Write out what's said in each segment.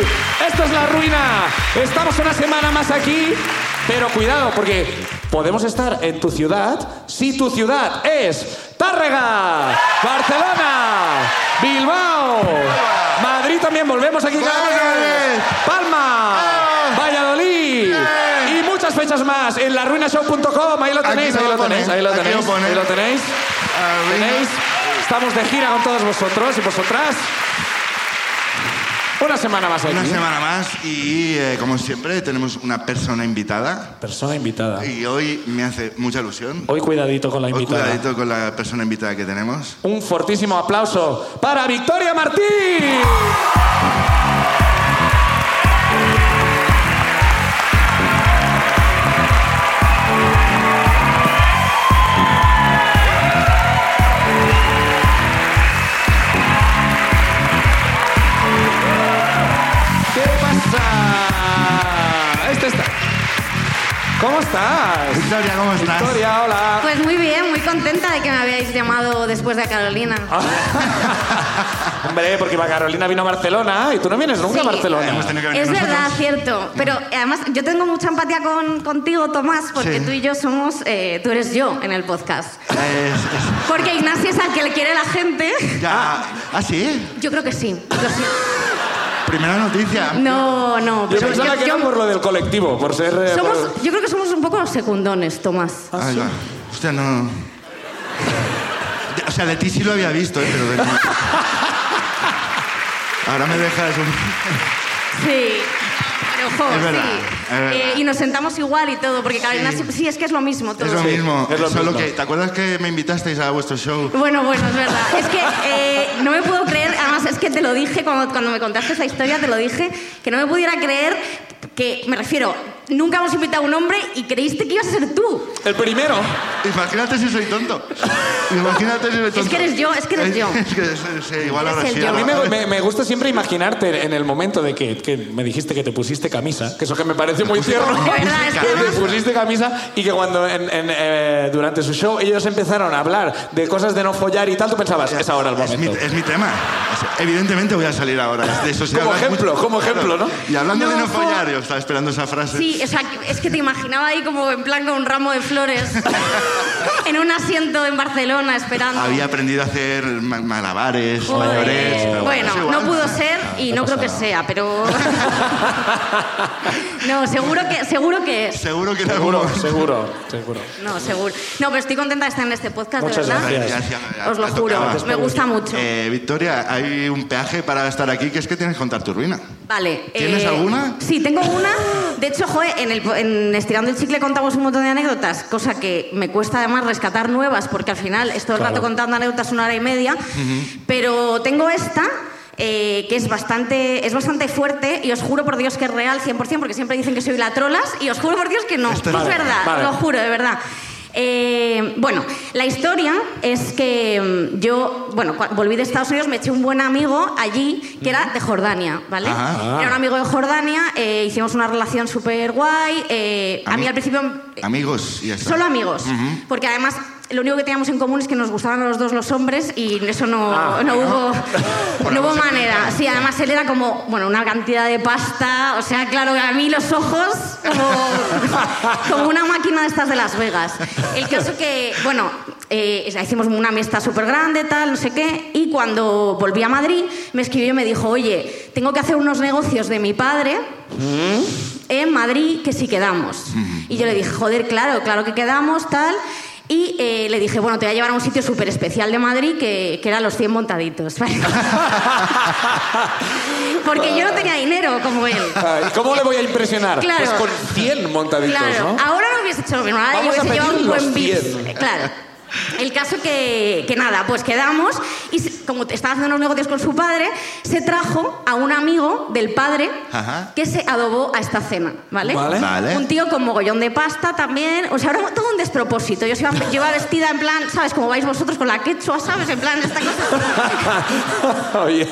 es la ruina. Estamos una semana más aquí, pero cuidado, porque podemos estar en tu ciudad si tu ciudad es Tárrega, Barcelona, Bilbao, Madrid también. Volvemos aquí cada Vale. Ah. vez. Palma, Valladolid y muchas fechas más en laruinashow.com. Ahí lo Aquí tenéis, no ahí lo lo tenéis, ponen, ahí lo aquí lo tenéis, ponen. ahí lo tenéis. Tenéis- Estamos de gira con todos vosotros y vosotras. Una semana más aquí. Una semana más y eh, como siempre tenemos una persona invitada Persona invitada. y hoy me hace mucha ilusión. Hoy cuidadito con la Hoy invitada. cuidadito con la persona invitada que tenemos. Un fortísimo aplauso para Victoria Martín. ¿Qué pasa? Este está. ¿Cómo estás? Victoria, ¿cómo estás? Victoria, hola. Pues muy bien, muy contenta de que me habéis llamado después de a Carolina. Ah, Hombre, porque Carolina vino a Barcelona y tú no vienes nunca a Sí. Barcelona. Hemos tenido que venir Es nosotros. verdad, cierto. Pero además yo tengo mucha empatía con, contigo, Tomás, porque Sí. tú y yo somos, eh, tú eres yo en el podcast. Es- Porque Ignacio es al que le quiere la gente. es- ya. ¿Ah, sí? Yo creo que sí. Yo sí. Primera noticia. No, no. Yo pero pensaba que yo- era yo- por lo del colectivo, por ser. eh, somos, por- yo creo que somos un poco los secundones, Tomás. Ah, Ay, va. Usted Ah, no... O sea, de ti sí lo había visto, ¿eh? pero de mí- Ahora me dejas un... Sí. Pero, jo, Es verdad, sí. es verdad. Eh, y nos sentamos igual y todo, porque Carolina sí, sí, es que es lo mismo todo. Es lo Sí, mismo. es lo solo mismo. que... ¿Te acuerdas que me invitasteis a vuestro show? Bueno, bueno, es verdad. Es que eh, no me puedo creer, además es que te lo dije cuando, cuando me contaste esa historia, te lo dije, que no me pudiera creer que, me refiero, nunca hemos invitado a un hombre y creíste que ibas a ser tú. El primero. Imagínate si soy tonto. Imagínate si soy tonto. Es que eres yo, es que eres yo. Es que es- sí, igual ahora Eres el sí. yo. A mí ahora- me, me- me gusta siempre imaginarte en el momento de que, que me dijiste que te pusiste camisa, que eso que me parece muy tierno. De verdad, es que Que además- te pusiste camisa y que cuando en- en, eh, durante su show ellos empezaron a hablar de cosas de no follar y tal, tú pensabas, es ahora el Es mi, momento. es mi tema. O sea, evidentemente voy a salir ahora. De eso se Como habla ejemplo, como ejemplo, ¿no? Y hablando de No, no jo. follar, yo estaba esperando esa frase. Sí, o sea, que- es que te imaginaba ahí como en plan con un ramo de flores en un asiento en Barcelona esperando. Había aprendido a hacer ma- malabares, Joder. mayores. pero Bueno, es igual. no pudo ser y no creo que sea, pero. no, seguro que, seguro que es. Seguro que era Seguro, como- seguro, seguro. No, seguro. No, pero estoy contenta de estar en este podcast, Muchas de verdad. gracias. Ya hacía- ya- Os lo ya juro, tocaba. me gusta mucho. Eh, Victoria, hay un peaje para estar aquí que es que tienes que contar tu ruina. Vale. eh, ¿Tienes alguna? Sí, tengo una. De hecho, joder, en, el, po- en Estirando el Chicle contamos un montón de anécdotas, cosa que me cuesta además rescatar nuevas, porque al final estoy todo el rato contando anécdotas una hora y media. Pero tengo esta. eh, que es bastante, es bastante fuerte y os juro por Dios que es real 100% porque siempre dicen que soy la trolas y os juro por Dios que no, Esta es- es Vale, verdad, vale. os lo juro, de verdad. Eh, bueno, la historia es que mm, yo, bueno, cua- volví de Estados Unidos, me eché un buen amigo allí que era de Jordania, ¿vale? Ajá. Era un amigo de Jordania, eh, hicimos una relación súper guay. eh, a Ami- mí al principio. Amigos y ya está. Solo amigos. Porque además lo único que teníamos en común es que nos gustaban a los dos los hombres y eso no, Ah, no hubo, Bueno, no hubo pues, manera. Sí, además él era como, bueno, una cantidad de pasta. O sea, claro, a mí los ojos como, como una máquina de estas de Las Vegas. El caso que, bueno, eh, o sea, hicimos una amistad súper grande, tal, no sé qué. Y cuando volví a Madrid me escribió y me dijo, oye, tengo que hacer unos negocios de mi padre en Madrid que si quedamos. Y yo le dije, joder, claro, claro que quedamos, tal. Y eh, le dije, bueno, te voy a llevar a un sitio súper especial de Madrid que, que era los 100 montaditos. Porque yo no tenía dinero como él. Ay, ¿Cómo le voy a impresionar? Claro. Pues con 100 montaditos, Claro, ¿no? ahora no hubiese hecho lo mismo, ahora Vamos hubiese a pedir llevado un los buen beat. 100. Claro. El caso que, que nada, pues quedamos y se- como estaba haciendo unos negocios con su padre, se trajo a un amigo del padre Ajá. que se adobó a esta cena, ¿vale? Vale. Vale. Un tío con mogollón de pasta también, o sea, era todo un despropósito. Yo iba, yo iba vestida en plan, ¿sabes? Como vais vosotros con la quechua, ¿sabes? En plan, esta cosa. Oye.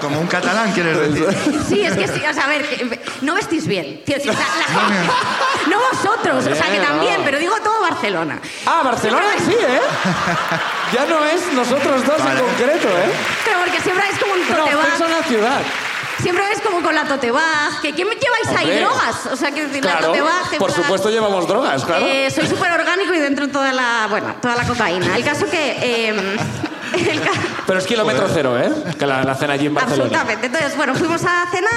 Como un catalán, quieres decir. Sí, es que sí, o sea, a ver, que- no vestís bien. Quiero decir, o sea, la gente- no vosotros, o sea, que Bien, también, no. pero digo todo Barcelona. Ah, Barcelona sí, ¿eh? Ya no es nosotros dos Vale. en concreto, ¿eh? Pero porque siempre es como un No, tote es bag. una ciudad. siempre ves como con la tote bag, que ¿qué me lleváis ahí? Hombre. ¿Drogas? O sea, que decir, la Claro, tote bag, en por plan, supuesto llevamos drogas, claro. eh, soy súper orgánico y dentro toda la, bueno, toda la cocaína. El caso que... eh, el ca- Pero es kilómetro cero, ¿eh? Que la, la cena allí en Barcelona. Absolutamente. Entonces, bueno, fuimos a cenar.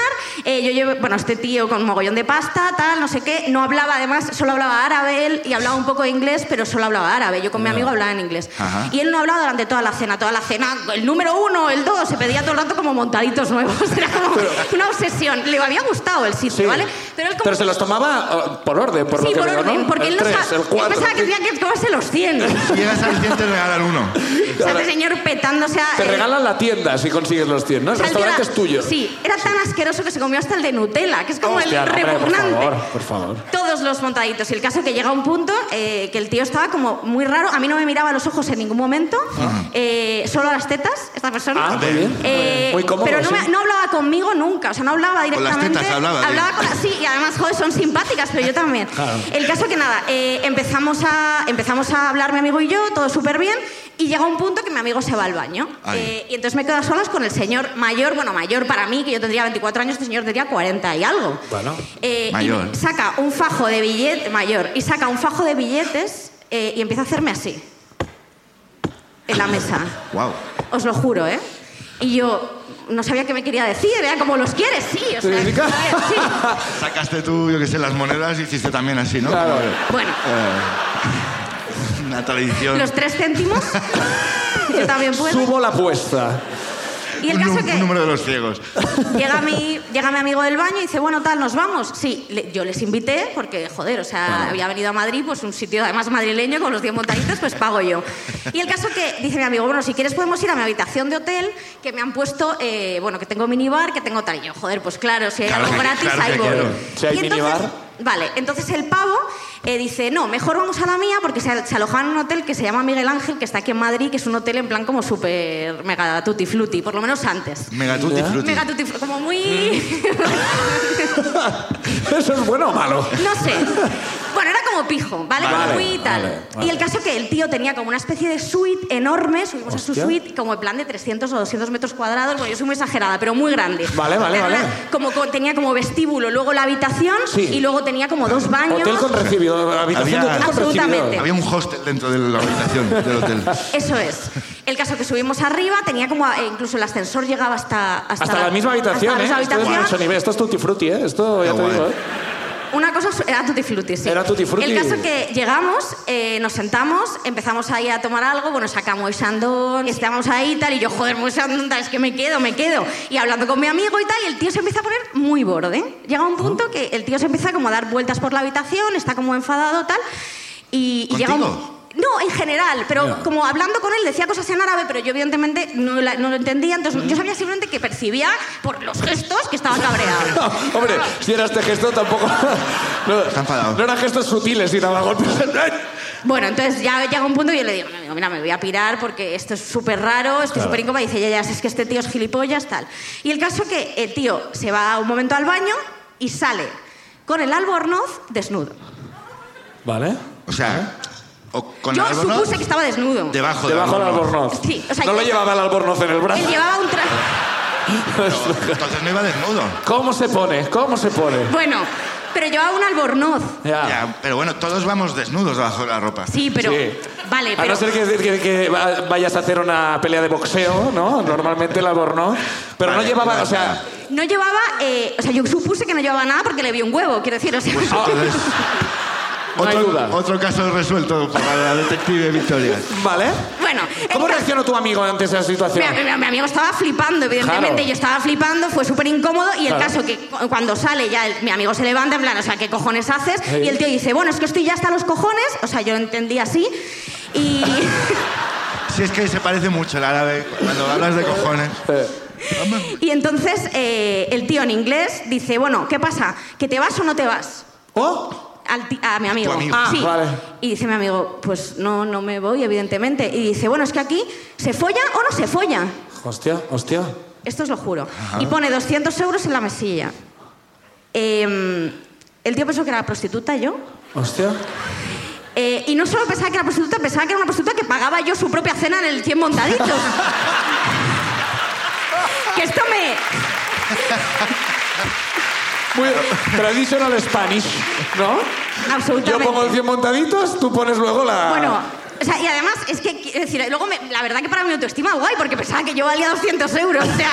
eh, yo llevé, bueno, este tío con mogollón de pasta, tal, no sé qué. No hablaba, además, solo hablaba árabe él y hablaba un poco de inglés, pero solo hablaba árabe. Yo con mi amigo hablaba en inglés. Ajá. Y él no hablaba durante toda la cena. Toda la cena, el número uno, el dos, se pedía todo el rato como montaditos nuevos. Era como una obsesión. Le había gustado el sitio, Sí. ¿vale? Pero él como se los tomaba oh, por orden, por Sí, lo que por veo, orden, ¿no? porque el él no tres, sabe- el él cuatro, pensaba que sí. tenía que comerse los 100. O Llegas al 100 te regalan uno. sea, este señor petándose a... Te eh, regalan la tienda si consigues los 100, ¿no? El O sea, el tío restaurante era- es tuyo. Sí, era tan asqueroso que se comió hasta el de Nutella, que es como Hostia, el no, hombre, repugnante. por favor, por favor. Todos los montaditos. Y el caso que llega un punto eh, que el tío estaba como muy raro. A mí no me miraba a los ojos en ningún momento, eh, solo a las tetas, esta persona. Ah, muy bien. Eh, Muy cómodo, Pero no, sí. me- no hablaba conmigo nunca, o sea, no hablaba las tetas directamente. hablaba, tío. con las- sí, y además, joder, son simpáticas, pero yo también. El caso que nada, eh, empezamos, a, empezamos a hablar mi amigo y yo, todo súper bien, y llega un punto que mi amigo se va al baño. Ay. Eh, y entonces me quedo a solas con el señor mayor, bueno, mayor para mí, que yo tendría 24 años, este señor tendría 40 y algo. Bueno. Eh, y Mayor. me- saca un fajo de billetes, mayor, y saca un fajo de billetes eh, y empieza a hacerme así. En la mesa. Wow. Os lo juro, ¿eh? Y yo no sabía qué me quería decir, era como los quieres, sí. O sea, ¿Te explica? joder, sí. Sacaste tú, yo qué sé, las monedas y hiciste también así, ¿no? Claro. Bueno, Una tradición. los tres céntimos, yo también puedo. eh, Subo la apuesta. Y el un, caso nu- que... un número de los ciegos. Llega mi, llega mi amigo del baño y dice, bueno, tal, nos vamos. Sí, le- yo les invité porque, joder, o sea, había venido a Madrid, pues un sitio además madrileño con los 10 montaditos, pues pago yo. Y el caso que dice mi amigo, bueno, si quieres podemos ir a mi habitación de hotel que me han puesto, eh, bueno, que tengo minibar, que tengo tal. Y yo, joder, pues claro, si hay Claro algo que- gratis, claro ahí que voy. quiero. Si hay Y entonces- minibar. Vale, entonces el pavo eh, dice, no, mejor vamos a la mía porque se, se alojaba en un hotel que se llama Miguel Ángel, que está aquí en Madrid, que es un hotel en plan como súper mega tutti frutti, por lo menos antes. Mega tutti Ya. frutti. Mega tutti frutti, como muy... ¿Eso es bueno o malo? No sé. Bueno, era como pijo, ¿vale? Como Mm. Vale, muy tal. vale, vale. Y el caso que el tío tenía como una especie de suite enorme, subimos a Hostia. su suite como en plan de 300 o 200 metros cuadrados, bueno, yo soy muy exagerada, pero muy grande. Vale, vale, Era una- vale. como co- tenía como vestíbulo, luego la habitación Sí. y luego tenía como dos baños. Hotel con recibido, habitación de Había- hotel con Absolutamente. recibido. Había un hostel dentro de la habitación del hotel. Eso es. El caso que subimos arriba tenía como eh, incluso el ascensor llegaba hasta hasta, Hasta la misma habitación, hasta ¿eh? la misma Esto es habitación. mucho nivel. Esto es tutti frutti, ¿eh? Esto ya Qué te digo, guay. ¿eh? Una cosa su- era tutti frutti, sí. Era tutti frutti. El caso que llegamos, eh, nos sentamos, empezamos ahí a tomar algo, bueno, sacamos el sandón, estábamos ahí y tal, y yo, joder, muy sandón, tal, es que me quedo, me quedo. Y hablando con mi amigo y tal, y el tío se empieza a poner muy borde. Llega un punto que el tío se empieza como a dar vueltas por la habitación, está como enfadado, tal, y, y llega un... ¿Contigo? No, en general, pero Ya. como hablando con él decía cosas en árabe, pero yo evidentemente no, la- no lo entendía, entonces yo sabía simplemente que percibía por los gestos que estaba cabreado. Hombre, si era este gesto tampoco... No, Está enfadado. No eran gestos sutiles, sino a golpes. Bueno, entonces ya llega un punto y yo le digo, "No, amigo, mira, me voy a pirar porque esto es súper raro, esto es súper incómodo. Y dice, ya, ya, es que este tío es gilipollas, tal. Y el caso que el tío se va un momento al baño y sale con el albornoz desnudo. Vale. O sea, o con yo el albornoz, supuse que estaba desnudo. debajo, del Debajo del albornoz. Sí, o sea, no yo- lo llevaba el albornoz en el Él brazo. llevaba un traje... No, Entonces no iba desnudo. ¿Cómo se pone? ¿Cómo se pone? Bueno, pero llevaba un albornoz. Ya. Ya, pero bueno, todos vamos desnudos debajo de la ropa. Sí, pero... Sí. Vale, A pero... no ser que, que- que va- vayas a hacer una pelea de boxeo, ¿no? Normalmente el albornoz. Pero Vale, no llevaba, vale. o sea, No llevaba... eh, o sea, yo supuse que no llevaba nada porque le vi un huevo, quiero decir. O Pues sea, ah, Entonces, No hay duda. otro caso resuelto para la detective Victoria. ¿vale? bueno... ¿Cómo entonces- reaccionó tu amigo ante esa situación? Mi, mi- mi amigo estaba flipando, evidentemente. Claro. Yo estaba flipando, fue súper incómodo. Y el Claro. caso que cu- cuando sale ya, el- mi amigo se levanta, en plan, o sea, ¿qué cojones haces? Sí. Y el tío dice, bueno, es que estoy ya hasta los cojones. O sea, yo lo entendí así. Y. Si es que se parece mucho el árabe cuando hablas de cojones. Eh, Y entonces eh, el tío en inglés dice, bueno, ¿qué pasa? ¿Que te vas o no te vas? ¿Oh? Al ti- a mi amigo. Tu amigo. Ah, Sí. vale. Y dice mi amigo, pues no, no me voy, evidentemente. Y dice, bueno, es que aquí se folla o no se folla. Hostia, hostia. Esto os lo juro. Y pone 200 euros en la mesilla. Eh, el tío pensó que era prostituta, yo. Hostia. Eh, y no solo pensaba que era prostituta, pensaba que era una prostituta que pagaba yo su propia cena en el 100 montaditos. que esto me... Muy traditional Spanish, ¿no? Yo Absolutamente. pongo 100 montaditos, tú pones luego la... Bueno, o sea, y además es que, quiero decir, luego me- la verdad que para mi autoestima, guay, porque pensaba que yo valía 200 euros. O sea,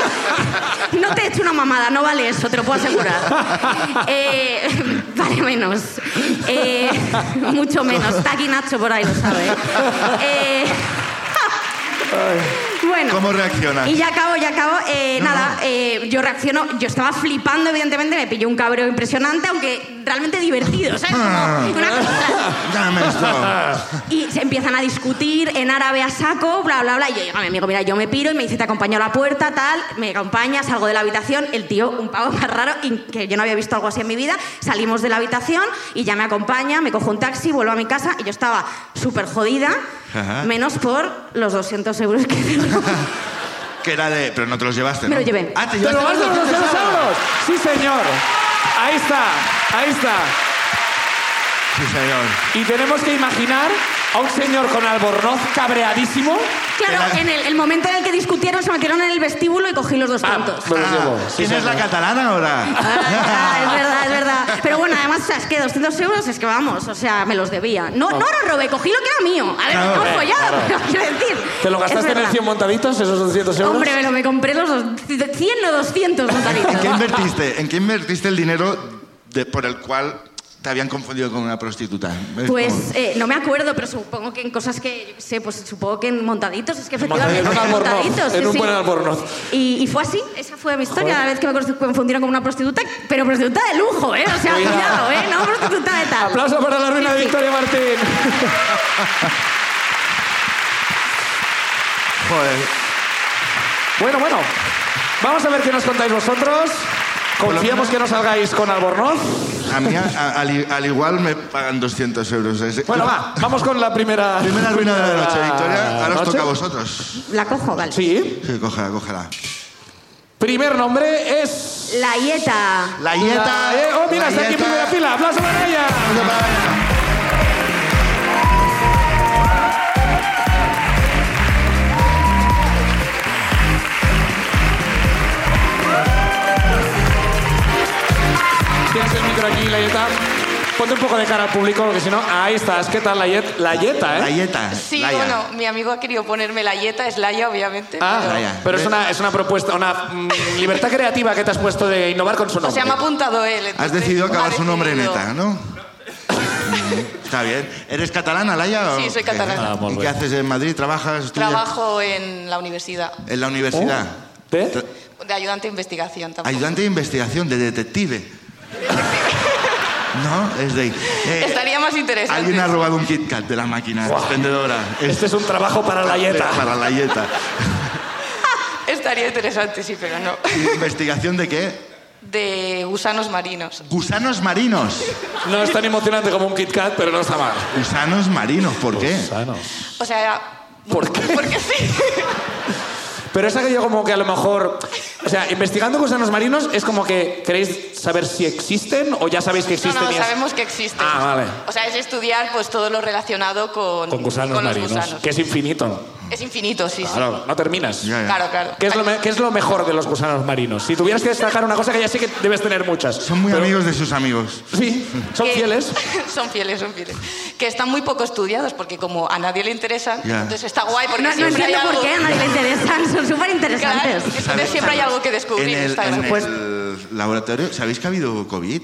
no te he hecho una mamada, no vale eso, te lo puedo asegurar. Eh, vale menos. Eh, mucho menos. Está aquí Nacho por ahí, lo sabe. Eh, bueno. ¿Cómo reaccionas? Y ya acabo, ya acabo. Eh, No, nada, no. eh, yo reacciono. Yo estaba flipando, evidentemente, me pilló un cabreo impresionante, aunque realmente divertido, ¿sabes? Ah. Como una cosa- Dame esto. y se empiezan a discutir en árabe a saco, bla, bla, bla. Y yo digo a mi amigo, mira, yo me piro y me dice, te acompaño a la puerta, tal, me acompaña, salgo de la habitación. El tío, un pavo más raro, y que yo no había visto algo así en mi vida, salimos de la habitación y ya me acompaña, me cojo un taxi, vuelvo a mi casa y yo estaba súper jodida, Ajá. menos por los 200 euros que tengo. Que era de... Pero no te los llevaste, Me ¿no? lo llevé. Ah, ¿Te te llevaste lo vas de los 200 euros? Sí, señor. Ahí está, ahí está. Sí, señor. Y tenemos que imaginar a un señor con albornoz cabreadísimo. Claro, Era- en el, el momento en el que discutieron se metieron en el vestíbulo y cogí los dos Ah, puntos. me lo llevo. Ah, Sí, ¿Quién es la señor. catalana ahora? Ah, es verdad, es verdad. Pero bueno, además, o sea, es que 200 euros es que vamos, o sea, me los debía. No, no lo robé, cogí lo que era mío. A ver, Claro, no eh, follado, claro. pero quiero decir. ¿Te lo es gastaste en el verdad. 100 montaditos, esos 200 euros? Hombre, me lo me compré los dos- 100 o 200 ¿En qué montaditos. invertiste? ¿En qué invertiste el dinero de- por el cual te habían confundido con una prostituta? Es Pues como- eh, no me acuerdo, pero supongo que en cosas que, yo qué sé, pues supongo que en montaditos, es que efectivamente. Montaditos, en un albornoz, montaditos, en sí, un sí. buen albornoz. Y, y fue así, esa fue mi historia, la vez que me confundieron con una prostituta, pero prostituta de lujo, ¿eh? O sea, Cuidado. cuidado, ¿eh? No prostituta de tal. Aplauso para la ruina Sí, de sí. Victoria Martín. Joder. Bueno, bueno. Vamos a ver qué nos contáis vosotros. Confiamos que no salgáis con albornoz. A mí, a- a- al, i- al igual, me pagan 200 euros. Es- Bueno, va, vamos con la primera. Primera ruina de la noche, Victoria. Ahora os ¿Noche? toca a vosotros. La cojo, vale. Sí. Sí, cógela, cógela. Primer nombre es. La Ieta. La dieta. La- eh, Oh, mira, está aquí en primera fila. ¡Aplauso para ella! Tienes el micro aquí, Layeta. Ponte un poco de cara al público, porque si no. Ahí estás. ¿Qué tal, Layet? Layeta, ¿eh? La dieta. Sí, Laia. bueno, mi amigo ha querido ponerme la yeta, es Laia, obviamente. Ah, pero- Laia. pero es una, es una propuesta, una mm, libertad creativa que te has puesto de innovar con su nombre. O sea, me ha apuntado él. Has entonces- decidido acabar ha su nombre decidido- neta, ¿no? Mm. Está bien. ¿Eres catalana, Laia? o Sí, soy qué? catalana. Ah, muy ¿Y qué bien. haces en Madrid? ¿Trabajas? estudias? Trabajo en la universidad ¿En la universidad? Oh, ¿eh? Tra- de ayudante de investigación tampoco. Ayudante de investigación, de detective. no, es de... Eh, Estaría más interesante. Alguien ha robado un Kit Kat de la máquina expendedora. Este es un trabajo para Layeta. Para la dieta. Estaría interesante, sí, pero no. ¿Investigación de qué? De gusanos marinos. Gusanos marinos. No es tan emocionante como un Kit Kat, pero no está mal. Gusanos marinos, ¿por qué? O sea, ¿Por qué? porque sí. Pero es aquello como que a lo mejor... O sea, investigando gusanos marinos es como que queréis saber si existen o ya sabéis que No, existen. no, y es- sabemos que existen. Ah, vale. O sea, es estudiar pues todo lo relacionado con, Con gusanos con los marinos, gusanos. que es infinito. Es infinito, sí, sí. Claro, no terminas. Ya, ya. Claro, claro. ¿Qué es, lo me- qué es lo mejor de los gusanos marinos? Si tuvieras que destacar una cosa que ya sé que debes tener muchas. Son muy pero- amigos de sus amigos. Sí, son que- fieles. son fieles, son fieles. Que están muy poco estudiados porque como a nadie le interesan, Ya. entonces está guay porque No, no siempre hay entiendo algo... por qué, a nadie le interesan, son súper Claro, interesantes. entonces ¿Sabéis- siempre hay sabéis- algo que descubrir. En el, está en guay. Pues, el laboratorio, ¿sabéis que ha habido COVID?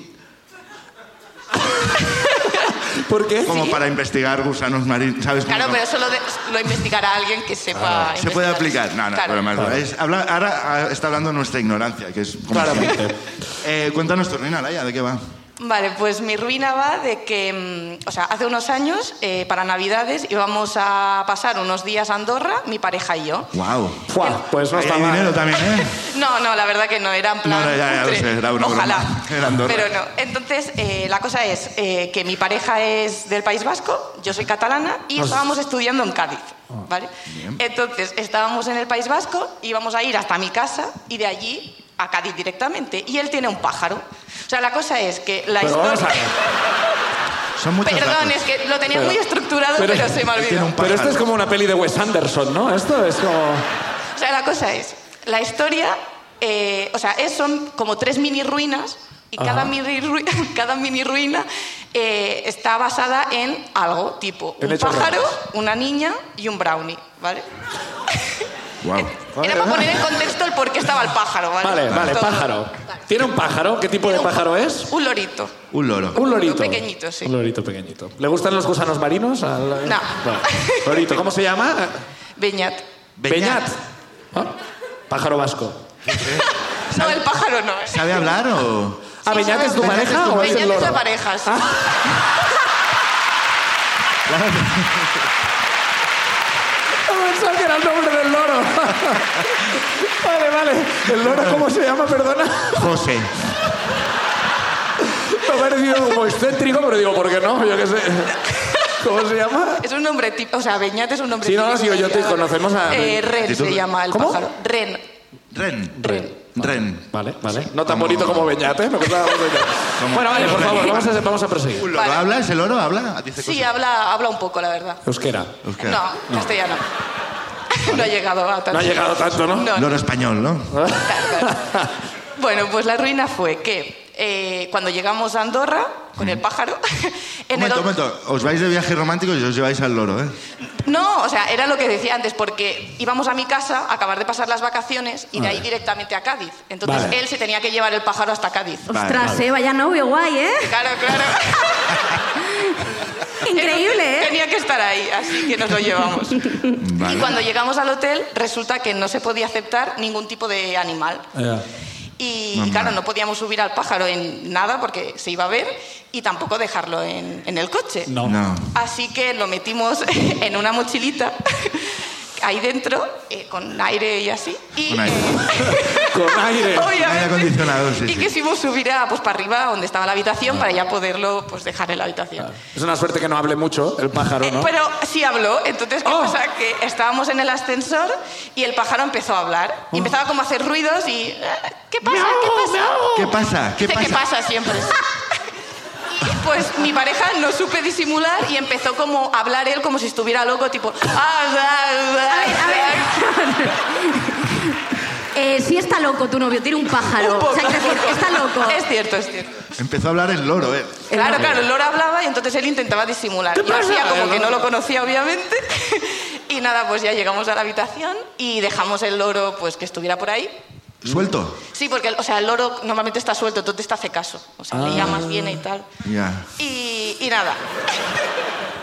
¿Por qué? Como para investigar gusanos marinos, ¿sabes? Como Claro, no- pero eso lo, de- lo investigará alguien que sepa... se puede investigar. aplicar. No, no, Claro. pero más- es- habla- ahora ah, está hablando nuestra ignorancia, que es como Claramente. Eh, cuéntanos tu ruina, Laia, ¿de qué va? Vale, pues mi ruina va de que, mm, o sea, hace unos años, eh, para Navidades, íbamos a pasar unos días a Andorra, mi pareja y yo. Wow. Fua, pues no Ahí está hay mal. dinero también, ¿eh? No, no, la verdad que no, era en plan. No, no, ya, ya lo cutre. sé, era una broma. Ojalá. Era Andorra. Pero no. Entonces, eh, la cosa es eh, que mi pareja es del País Vasco, yo soy catalana y estábamos estudiando en Cádiz. Ah, ¿Vale? Entonces, estábamos en el País Vasco, íbamos a ir hasta mi casa y de allí a Cádiz directamente. Y él tiene un pájaro. O sea, la cosa es que la Pero vamos a historia. ver. Son muchos Perdón, datos. es que lo tenía Pero- muy estructurado, pero- pero, se me ha Tiene olvidado. un Pero esto pájaro. es como una peli de Wes Anderson, ¿no? Esto es como... O sea, la cosa es, la historia eh, o sea, es- son como tres mini ruinas y cada Ajá. mini, ruina, cada mini ruina eh, está basada en algo, tipo En un hechos pájaro, reales. una niña y un brownie, ¿vale? Wow. Era para poner en contexto el por qué estaba el pájaro, ¿vale? Vale, vale, Todo. pájaro. ¿Tiene un pájaro? ¿Qué tipo de pájaro es? Un lorito. Un loro. Un lorito. Un pequeñito, sí. Un lorito pequeñito. ¿Le gustan los gusanos marinos? al- No. Bueno, Lorito, ¿cómo se llama? Beñat. Beñat. Ah, Pájaro vasco. No, el pájaro no. ¿eh? ¿Sabe hablar o...? ¿Ah, Sí, Beñat sabe- es tu Beñat pareja es tu- o es el Beñat es loro? de parejas. Ah, pensaba que era el nombre del loro. vale, vale. ¿El loro cómo se llama, perdona? José. Me ha parecido como excéntrico, pero digo, ¿por qué no? Yo qué sé. ¿Cómo se llama? Es un nombre tipo, o sea, Beñat es un nombre Sí, no, típico sí, yo te italiano. conocemos a- Eh, Ren ¿Tú- se llama el ¿Cómo? pájaro. Ren. Ren. Ren. Ren. Vale, vale. No tan bonito como Beñat, ¿eh? Me costaba más Beñat. Como- Bueno, vale, por Como- favor, vamos a, vamos a proseguir. ¿Un loro Vale. habla? ¿Ese loro habla? Dice Sí, cosas. habla, habla un poco, la verdad. Euskera. Euskera. No, castellano. No ha llegado a tanto. No ha llegado tanto, ¿no? No, no. Loro español, ¿no? Bueno, pues la ruina fue que eh, cuando llegamos a Andorra con el pájaro. Un en el momento, o- un momento. Os vais de viaje romántico y os lleváis al loro, ¿eh? No, o sea, era lo que decía antes, porque íbamos a mi casa a acabar de pasar las vacaciones y de ahí directamente a Cádiz. Entonces Vale. él se tenía que llevar el pájaro hasta Cádiz. Ostras, eh, vaya novio guay, ¿eh? Claro, claro. Increíble, ¿eh? Tenía que estar ahí, así que nos lo llevamos. Vale. Y cuando llegamos al hotel, resulta que no se podía aceptar ningún tipo de animal. Eh, Y Mamá. claro, no podíamos subir al pájaro en nada porque se iba a ver y tampoco dejarlo en, en el coche. no. No. Así que lo metimos en una mochilita ahí dentro, eh, con aire y así. Y, Con aire. eh, Con aire. obviamente, Aire acondicionado, sí, y sí. quisimos subir a, pues, para arriba, donde estaba la habitación, para ya poderlo pues, dejar en la habitación. Es una suerte que no hable mucho el pájaro, Eh, ¿no? Pero sí habló, entonces ¿qué Oh. pasa? Que estábamos en el ascensor y el pájaro empezó a hablar. Y empezaba como a hacer ruidos y... eh, ¿Qué pasa? ¿Qué pasa? Oh, ¿Qué pasa? ¿Qué Dice pasa? que pasa siempre. Y pues mi pareja no supe disimular y empezó como a hablar él como si estuviera loco, tipo... "Ah, ah, ah, ver, a Eh, sí está loco tu novio, tiene un pájaro. Un poco, o sea, quiero decir, un poco. está loco. Es cierto, es cierto. Empezó a hablar el loro, ¿eh? Claro, claro, el loro hablaba y entonces él intentaba disimular. Yo hacía como que no lo conocía, obviamente. Y nada, pues ya llegamos a la habitación y dejamos el loro pues que estuviera por ahí. Suelto. Sí, porque o sea, el loro normalmente está suelto, entonces te hace caso. O sea, le llamas, viene y tal. Ya. Y, y nada.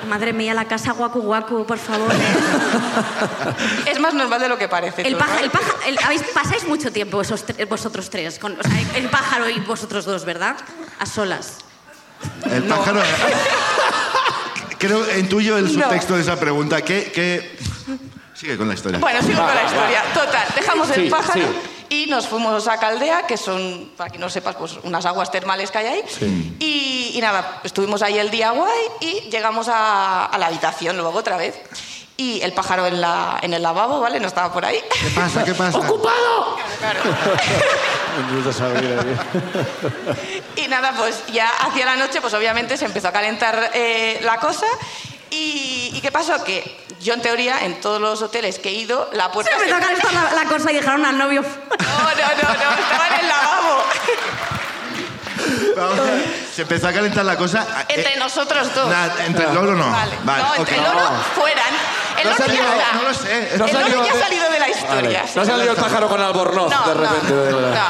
Madre mía, la casa guacu guacu, por favor. Es más normal de lo que parece. El todo, pájaro, ¿vale? el pájaro, el- habéis- pasáis mucho tiempo esos tre- vosotros tres, con, o sea, el pájaro y vosotros dos, ¿verdad? A solas. El pájaro... Creo, intuyo el subtexto de esa pregunta. ¿Qué, qué... Sigue con la historia. Bueno, sigo con la historia. Total, dejamos Ah, Sí, el pájaro y nos fuimos a Caldea, que son, para que no sepas, pues unas aguas termales que hay ahí. Y, y nada, estuvimos ahí el día guay y llegamos a, a la habitación luego otra vez. Y el pájaro en, la, en el lavabo, ¿vale? No estaba por ahí. ¿Qué pasa? ¿Qué pasa? ¡Ocupado! Claro. Pero Y nada, pues ya hacia la noche, pues obviamente se empezó a calentar eh, la cosa. Y, ¿y qué pasó? Que yo, en teoría, en todos los hoteles que he ido, la puerta... Se me se- toca estar la, la cosa y dejaron al novio. No, no, no, no, estaba en el lavabo. Eh, Vamos a ver. Se empezó a calentar la cosa. Entre Eh, nosotros dos. nada, entre el loro no. Vale. Ah, Vale, no, entre ok. el oro fueran. El No oro salió, ya está. no lo sé. El No oro salió. ya ha salido de la historia. sí. No ha salido el pájaro con albornoz No, de no, repente. de no. verdad.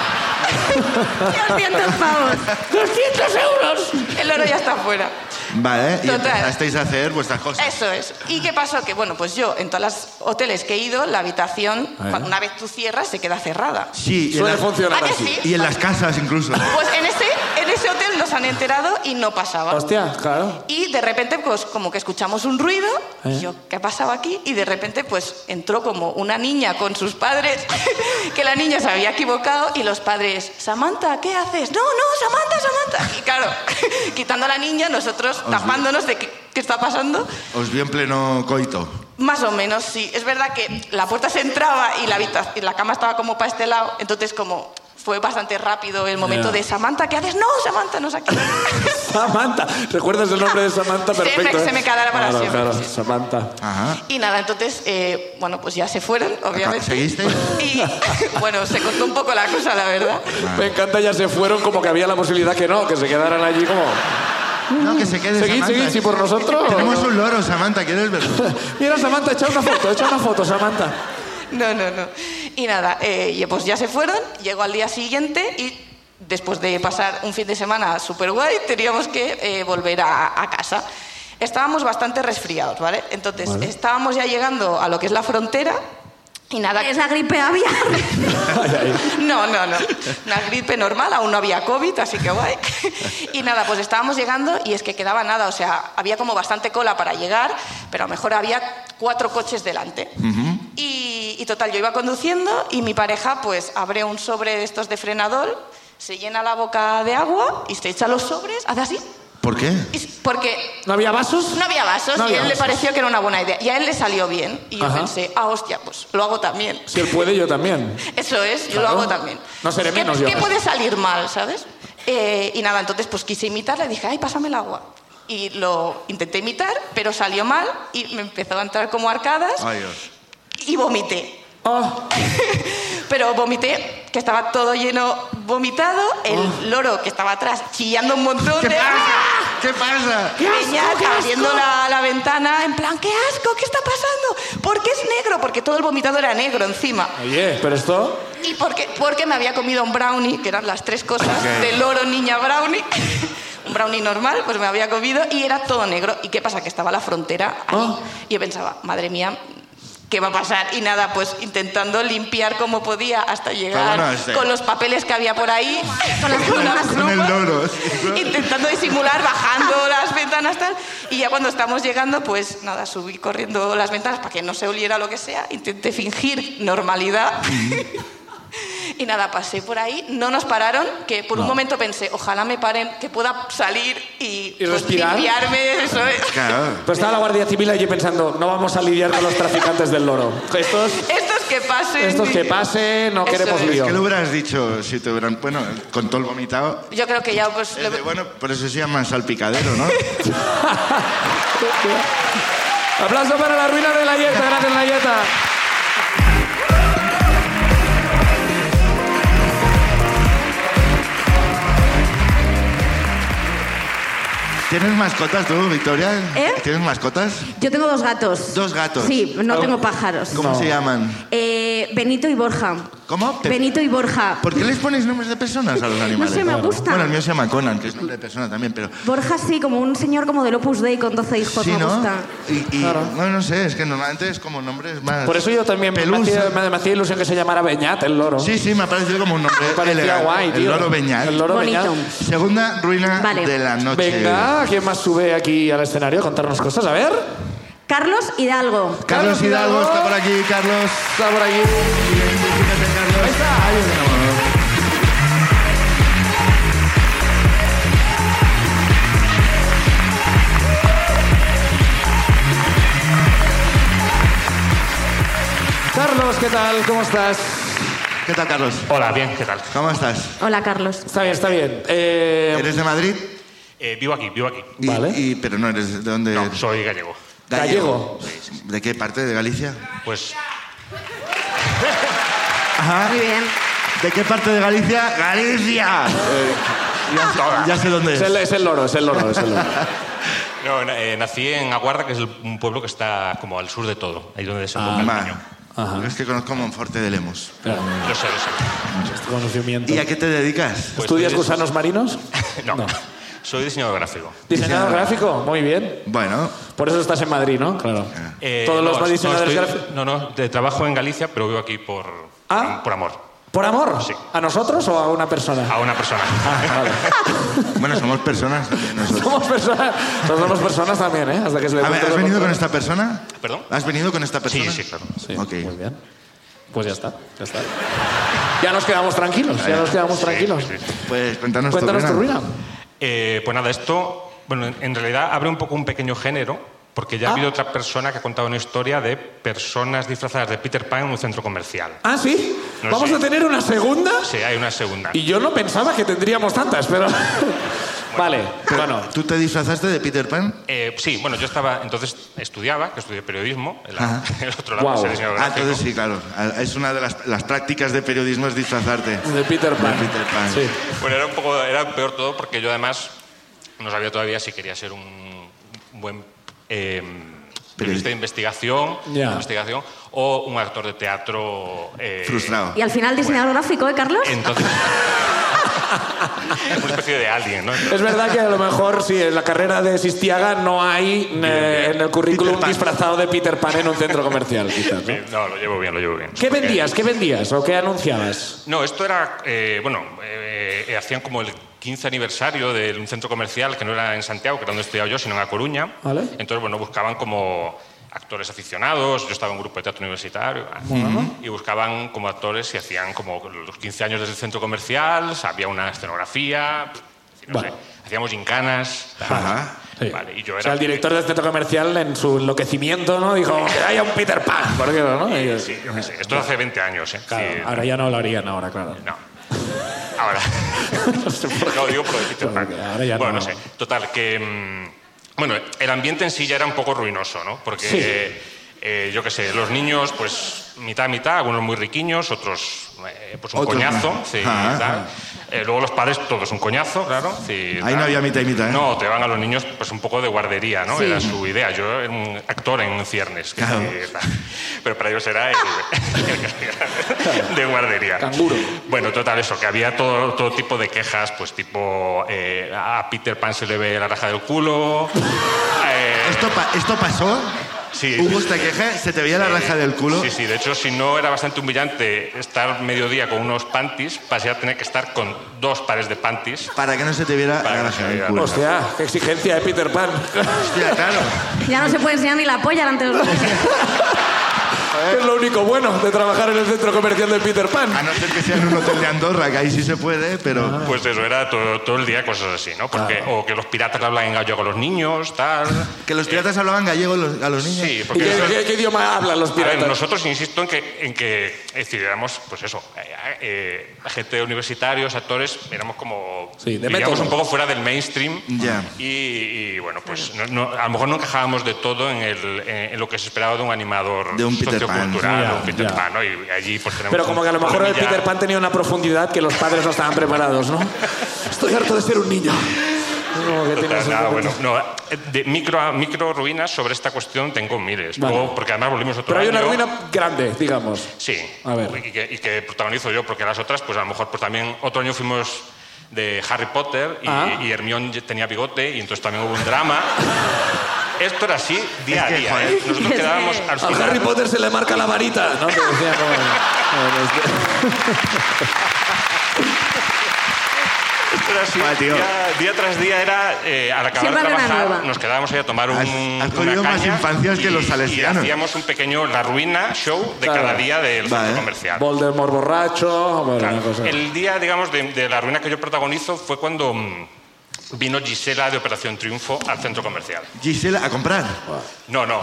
200 pavos. El oro ya está fuera. Vale, y Total. empezasteis a hacer vuestras cosas. Eso es. ¿Y qué pasó? Que bueno, pues yo en todos los hoteles que he ido, la habitación, Ah, ¿eh? cuando- una vez tú cierras, se queda cerrada. Sí, y en, Suele las- funcionar ¿A que así. sí? y en las casas incluso. Pues en ese, en ese hotel nos han enterado y no pasaba. Hostia, claro. Y de repente, pues como que escuchamos un ruido, ¿Eh? y yo, ¿qué ha pasado aquí? Y de repente, pues entró como una niña con sus padres, que la niña se había equivocado, y los padres, Samantha, ¿qué haces? No, no, Samantha, Samantha. Y claro, quitando a la niña, nosotros tapándonos de qué, qué está pasando. Os vi en pleno coito. Más o menos, sí. Es verdad que la puerta se entraba y la, habita- y la cama estaba como para este lado, entonces como fue bastante rápido el momento Ya. de Samantha, ¿qué haces? No, Samantha, no sé qué. Samantha. ¿Recuerdas el nombre de Samantha? Se me- Perfecto. ¿eh? se me quedará para Claro, siempre, claro, sí. Samantha. Ajá. Y nada, entonces, eh, bueno, pues ya se fueron, obviamente. ¿Seguiste? Y bueno, se contó un poco la cosa, la verdad. Me encanta, ya se fueron como que había la posibilidad que no, que se quedaran allí como... No, que se quede Seguid, Samantha. seguid, si por nosotros... Tenemos un loro, Samantha, ¿quieres verlo? Mira, Samantha, echa una foto, echa una foto, Samantha. No, no, no. Y nada, eh, y pues ya se fueron, llegó al día siguiente y después de pasar un fin de semana súper guay, teníamos que eh, volver a, a casa. Estábamos bastante resfriados, ¿vale? Entonces, estábamos ya llegando a lo que es la frontera y nada... Es la gripe aviar. No, no, no. Una gripe normal, aún no había COVID, así que guay. Y nada, pues estábamos llegando y es que quedaba nada, o sea, había como bastante cola para llegar, pero a lo mejor había cuatro coches delante. y, y total, yo iba conduciendo y mi pareja pues abre un sobre de estos de frenador, se llena la boca de agua y se echa los sobres, hace así, ¿Por qué? y s- porque ¿No había vasos? no había vasos No y había a él le vasos. pareció que era una buena idea. Y a él le salió bien y yo Ajá. pensé, ah, hostia, pues lo hago también. Si él puede, yo también. Eso es, yo Claro. lo hago también. No seré ¿Qué- menos yo. ¿Qué puede salir mal, sabes? Eh, y nada, entonces pues quise imitarle, dije, ay, pásame el agua. Y lo intenté imitar, pero salió mal y me empezó a entrar como arcadas Ay, Dios. y vomité. Oh, Pero vomité, que estaba todo lleno vomitado, el loro que estaba atrás chillando un montón Oh. ¿Qué de... pasa? ¡Ah! ¿Qué pasa? Niñas abriendo la, la ventana en plan, qué asco, ¿qué está pasando? ¿Por qué es negro? Porque todo el vomitado era negro encima. oye, pero esto... Y porque, porque me había comido un brownie, que eran las tres cosas, de loro, niña, brownie. un brownie normal, pues me había comido y era todo negro. ¿Y qué pasa? Que estaba la frontera ahí. Oh. Ah. Y yo pensaba, madre mía, ¿qué va a pasar? Y nada, pues intentando limpiar como podía hasta llegar bueno, este- con los papeles que había por ahí, con las plumas, Con el loro. sí. intentando disimular, bajando las ventanas tal. Y ya cuando estamos llegando, pues nada, subí corriendo las ventanas para que no se oliera lo que sea, intenté fingir normalidad. Y nada, pasé por ahí, no nos pararon, que por un momento pensé, ojalá me paren, que pueda salir y, pues, Y respirar. limpiarme, eso es. Claro. Pero estaba Pues la Guardia Civil allí pensando, no vamos a lidiar con los traficantes del loro. Estos, Estos que pasen. estos que pasen, no Eso queremos es. lío. ¿Qué le hubieras dicho si te hubieran... Bueno, con todo el vomitado... Yo creo que ya pues, es le- de, bueno, por eso se llama salpicadero, ¿no? Aplauso para la ruina de la Yeta, gracias la Yeta. ¿Tienes mascotas tú, Victoria? ¿Eh? ¿Tienes mascotas? Yo tengo dos gatos. Dos gatos. Sí, no Ah, tengo pájaros. ¿Cómo No. se llaman? Eh, Benito y Borja. ¿Cómo? Te- Benito y Borja. ¿Por qué les pones nombres de personas a los animales? sé, me Claro. gusta. Bueno, el mío se llama Conan, que es nombre de persona también, pero... Borja sí, como un señor como del Opus Dei con 12 hijos, sí, me ¿no? gusta. Y, y- no, no sé, es que normalmente es como nombres más... Por eso yo también me Pelusa. hacía, me- me hacía ilusión que se llamara Beñat, el loro. Sí, sí, me ha parecido como un nombre Me parecía elegante. guay, tío. El loro beñal. El loro Bonito. Beñat. Segunda ruina Vale. de la noche. Venga, ¿quién más sube aquí al escenario a contarnos cosas? A ver. Carlos Hidalgo. Carlos Hidalgo está por aquí, Carlos. Está por aquí. Identifícate, Carlos. Ahí estamos. Carlos, ¿qué tal? ¿Cómo estás? ¿Qué tal, Carlos? Hola, bien, ¿qué tal? ¿Cómo estás? Hola, Carlos. Está bien, está bien. Eh, ¿Eres de Madrid? Eh, vivo aquí, vivo aquí. Y- Vale. y- pero no eres de dónde. No, soy gallego. Gallego. ¿De qué parte de Galicia? Pues Ajá. Muy bien. ¿De qué parte de Galicia? ¡Galicia! Eh, ya, sé- ya sé dónde es, el, es. es el loro, es el loro, es el loro. no, na- eh, nací en Aguarda, que es el- un pueblo que está como al sur de todo, ahí donde desemboca el Ma, Miño. Es que conozco Monforte de Lemos. Claro, Lo sé, lo sé. este conocimiento. ¿Y a qué te dedicas? Pues ¿Estudias soy dis- gusanos marinos? No. soy diseñador gráfico. ¿Diseñador gráfico? Muy bien. Bueno, Por eso estás en Madrid, ¿no? Claro. Eh, Todos los no, diseñadores no, estoy- gráficos. No, no, de- trabajo en Galicia, pero vivo aquí por, Ah. por amor. ¿Por amor? Sí. ¿A nosotros o a una persona? Ah, A una persona. Vale. bueno, somos personas también nosotros. somos personas. Nosotros somos personas también, ¿eh? Hasta que se le A ver, cuente ¿has lo venido con contrario. esta persona? ¿Perdón? ¿Has venido con esta persona? Sí, sí, claro. Sí, Ok. muy bien. Pues ya está, ya está. Ya nos quedamos tranquilos, ya nos quedamos tranquilos. Sí, sí. Pues cuéntanos, Cuéntanos tu ruina. Eh, pues nada, esto, bueno, en- en realidad abre un poco un pequeño género Porque ya ha habido otra persona que ha contado una historia de personas disfrazadas de Peter Pan en un centro comercial. ¿Ah, sí? No ¿Vamos sé. a tener una segunda? Sí, hay una segunda. Y yo no pensaba que tendríamos tantas, pero... vale, bueno. ¿Tú te disfrazaste de Peter Pan? Eh, sí, bueno, yo estaba, entonces estudiaba, que estudié periodismo, el, Ajá. el otro lado Guau. es el diseño Ah, gráfico. entonces sí, claro. Ah, Es una de las, las prácticas de periodismo es disfrazarte. De Peter Pan. De Peter Pan. Sí. Bueno, era un poco, era peor todo porque yo además no sabía todavía si quería ser un buen eh, periodista de investigación, Ya. investigación o un actor de teatro eh, Frustrado. Y al final diseñador gráfico, ¿eh, Carlos? Entonces, una especie de alguien, ¿no? Eh, Es verdad que a lo mejor sí, en la carrera de Sistiaga no hay eh, en el currículum Peter Pan. disfrazado de Peter Pan en un centro comercial, quizás. ¿no? Eh, No, lo llevo bien, lo llevo bien. ¿Qué Porque- vendías? ¿Qué vendías? ¿O qué anunciabas? No, esto era, eh, bueno, eh, eh, hacían como el 15 aniversario de un centro comercial que no era en Santiago, que era donde estudiaba yo, sino en A Coruña. Vale. Entonces, bueno, buscaban como actores aficionados, yo estaba en un grupo de teatro universitario, ah, y buscaban como actores y hacían como los 15 años del centro comercial, o sea, había una escenografía, es decir, no Vale. sé, hacíamos gincanas, tal. Ajá. Sí. Vale, y yo o era sea, el director del centro comercial en su enloquecimiento, ¿no? Dijo, que haya un Peter Pan, por ejemplo, ¿no? Y- Sí, yo qué sé, esto hace 20 años, ¿eh? Claro, Sí. ahora ya no lo harían ahora, claro. No. Ahora. no digo por decirte Porque Frank. ahora ya Bueno, no. no sé. Total, que. mm, Bueno, el ambiente en sí ya era un poco ruinoso, ¿no? Porque. Sí. eh, yo qué sé, los niños, pues mitad, mitad, algunos muy riquiños, otros eh, pues un Otros coñazo, no. sí, Ah, tal. Eh, luego los padres, todos un coñazo, claro. sí, Ahí no tal. había mitad y mitad, ¿eh? No, te van a los niños pues un poco de guardería, ¿no? Sí. Era su idea. Yo era un actor en ciernes, que Claro. sí, tal. Eh, pero para ellos era el- de guardería. Canguro. Bueno, total, eso, que había todo, todo tipo de quejas, pues tipo, eh, a Peter Pan se le ve la raja del culo. eh, ¿Esto, pa- esto pasó? Sí. Hubo esta queja, se te veía la raja del culo. Eh, Sí, sí, de hecho, si no era bastante humillante estar mediodía con unos panties, pasé a tener que estar con dos pares de panties. Para que no se te viera Para la que no raja se del viera. culo. Hostia, qué exigencia de Peter Pan. Hostia, claro. Ya no se puede enseñar ni la polla delante de los niños. es lo único bueno de trabajar en el centro comercial de Peter Pan. A no ser que sea en un hotel de Andorra, que ahí sí se puede, pero... Pues eso, era todo, todo el día cosas así, ¿no? Porque, O que los piratas le hablan en gallo con los niños, tal. Que los piratas hablaban gallego los- a los niños. Sí, ¿Y porque... qué, eso- qué- qué idioma hablan los A ver, piratas? nosotros insisto en que, en que decidiéramos, pues eso, eh, eh, gente de universitarios, actores, éramos como, Sí, de vivíamos método. un poco fuera del mainstream. Ya. Y, y, bueno, pues no- no- a lo mejor no encajábamos de todo en, el- en- en lo que se esperaba de un animador De un Peter Pan. sociocultural, Ya, de un Peter ya. Pan, ¿no? Y allí pues tenemos Pero como que a lo un mejor el problemilla. Peter Pan tenía una profundidad que los padres no estaban preparados, ¿no? Estoy harto de ser un niño. Es como que tienes Total, un nada, poquito- bueno, no, eh, de micro, micro ruinas sobre esta cuestión tengo miles. Vale. Luego, porque además volvimos otro Pero hay una año. ruina grande, digamos. Sí. A ver. Y que, y que protagonizo yo, porque las otras, pues a lo mejor pues, también otro año fuimos de Harry Potter y, Ah. y Hermione ya tenía bigote y entonces también hubo un drama. Esto era así Es día a que, día. joder. ¿eh? Nosotros Es quedábamos que- al A Harry final. Potter se le marca la varita, ¿no? Que decía como- como los de- Esto era así. Buah, tío. día, día tras día era eh, al acabar Siempre de había una trabajar, nueva. nos quedábamos ahí a tomar un. Has- has una cogido más caña infancias que y- los salesianos. Y hacíamos un pequeño La Ruina show de Claro. cada día del Vale. centro comercial. Voldemort borracho, bueno, Claro. una cosa. El día, digamos, de, de la ruina que yo protagonizo fue cuando mm, vino Gisela de Operación Triunfo al centro comercial. Gisela, a comprar. No, no.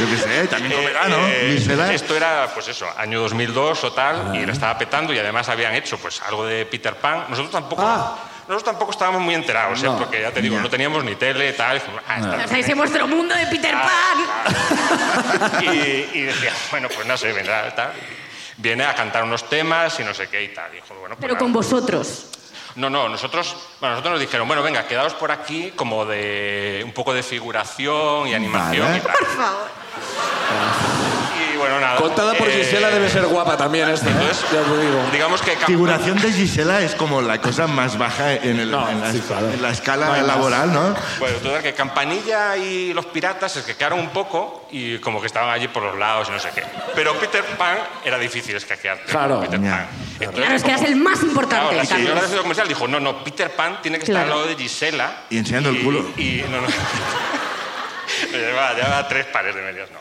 Yo qué sé, también Eh, comerá, ¿no? eh, Gisela. esto era, pues eso, año 2002 o tal, y la estaba petando y además habían hecho pues algo de Peter Pan. Nosotros tampoco... Ah. Nosotros tampoco estábamos muy enterados, ¿eh? No. porque ya te digo, no teníamos ni tele, tal. Ah, esta O sea, ese vuestro mundo de Peter Pan. y, y decía, bueno, pues no sé, vendrá, tal. Viene a cantar unos temas y no sé qué y tal. Y dijo, bueno, pues Pero nada. con vosotros. No, no, nosotros, bueno, nosotros nos dijeron, bueno, venga, quedaos por aquí como de un poco de figuración y animación Vale. y tal. Por favor. Y bueno, nada. Contada por eh, Gisela debe ser guapa también esta, ¿eh? entonces, ya te digo. Digamos que... Figuración de Gisela es como la cosa más baja en, el- No, en la, sí, claro. en la escala No hay más. laboral, ¿no? Bueno, total, que Campanilla y los piratas se quedaron un poco y como que estaban allí por los lados y no sé qué. Pero Peter Pan era difícil escaquear. Claro. Peter Ya, Pan. Entonces, Claro, es que eras el más Claro, importante, la señora del Carlos. centro comercial dijo, no, no, Peter Pan tiene que estar Claro. al lado de Gisela. Y enseñando el culo. Y, no, no. No, llevaba, llevaba tres pares de medias, no.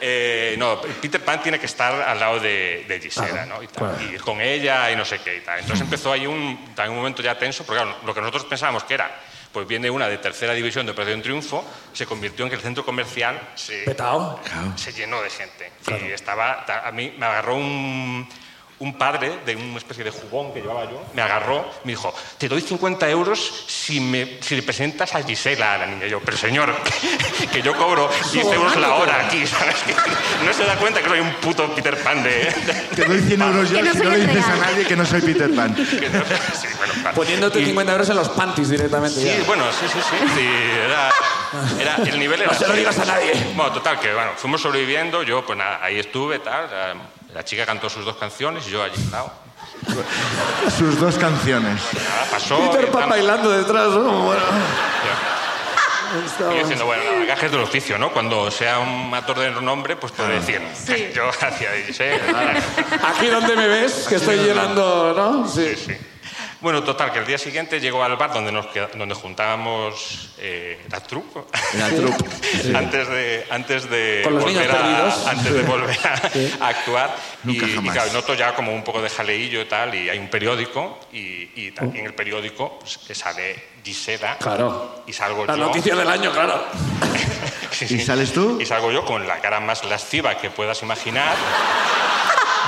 Eh, no, Peter Pan tiene que estar al lado de, de Gisela, ¿no? Y, tal, y ir con Mm. ella y no sé qué y tal. Entonces empezó ahí un, también un momento ya tenso, porque claro, lo que nosotros pensábamos que era Pues viene una de tercera división de Operación Triunfo, se convirtió en que el centro comercial se, Petao. se llenó de gente. Y estaba, ta- a mí me agarró un, un padre de una especie de jubón que llevaba yo, me agarró, me dijo, te doy 50 euros si, me, si le presentas a Gisela, a la niña. Y yo, pero señor, que yo cobro 10 euros la hora aquí, ¿sabes? No se da cuenta que soy un puto Peter Pan de... Te doy 100 euros yo Que no si soy no le el dices a real. nadie que no soy Peter Pan. que no- sí, bueno, vale. Poniéndote Y- 50 euros en los panties directamente. Sí, ya. bueno, sí, sí, sí. sí, era, era- el nivel era. No se lo así. digas a nadie. Bueno, total, que bueno, fuimos sobreviviendo. Yo, pues nada, ahí estuve, tal. La, la chica cantó sus dos canciones y yo allí, claro. Sus dos canciones. Nada, pasó. Peter y Pan tal. bailando detrás. ¿no? Bueno. Y yo Estaba- diciendo, bueno, la caja es del oficio, ¿no? Cuando sea un actor de renombre, pues puede decir. Sí. Yo hacía dice, Aquí donde me ves, que estoy llenando, ¿no? Sí. sí. Bueno, total, que el día siguiente llegó al bar donde, nos queda- donde juntábamos eh, la truco. La troupe. antes de antes de Con los niños volver, perdidos. a, antes de volver a, a actuar Nunca y, y jamás. claro, noto ya como un poco de jaleillo y tal y hay un periódico y, y también en el periódico pues, que sale Gisela Claro. y salgo La yo noticia del año, claro. Sí, ¿Y sí. sales tú? y salgo yo con la cara más lasciva que puedas imaginar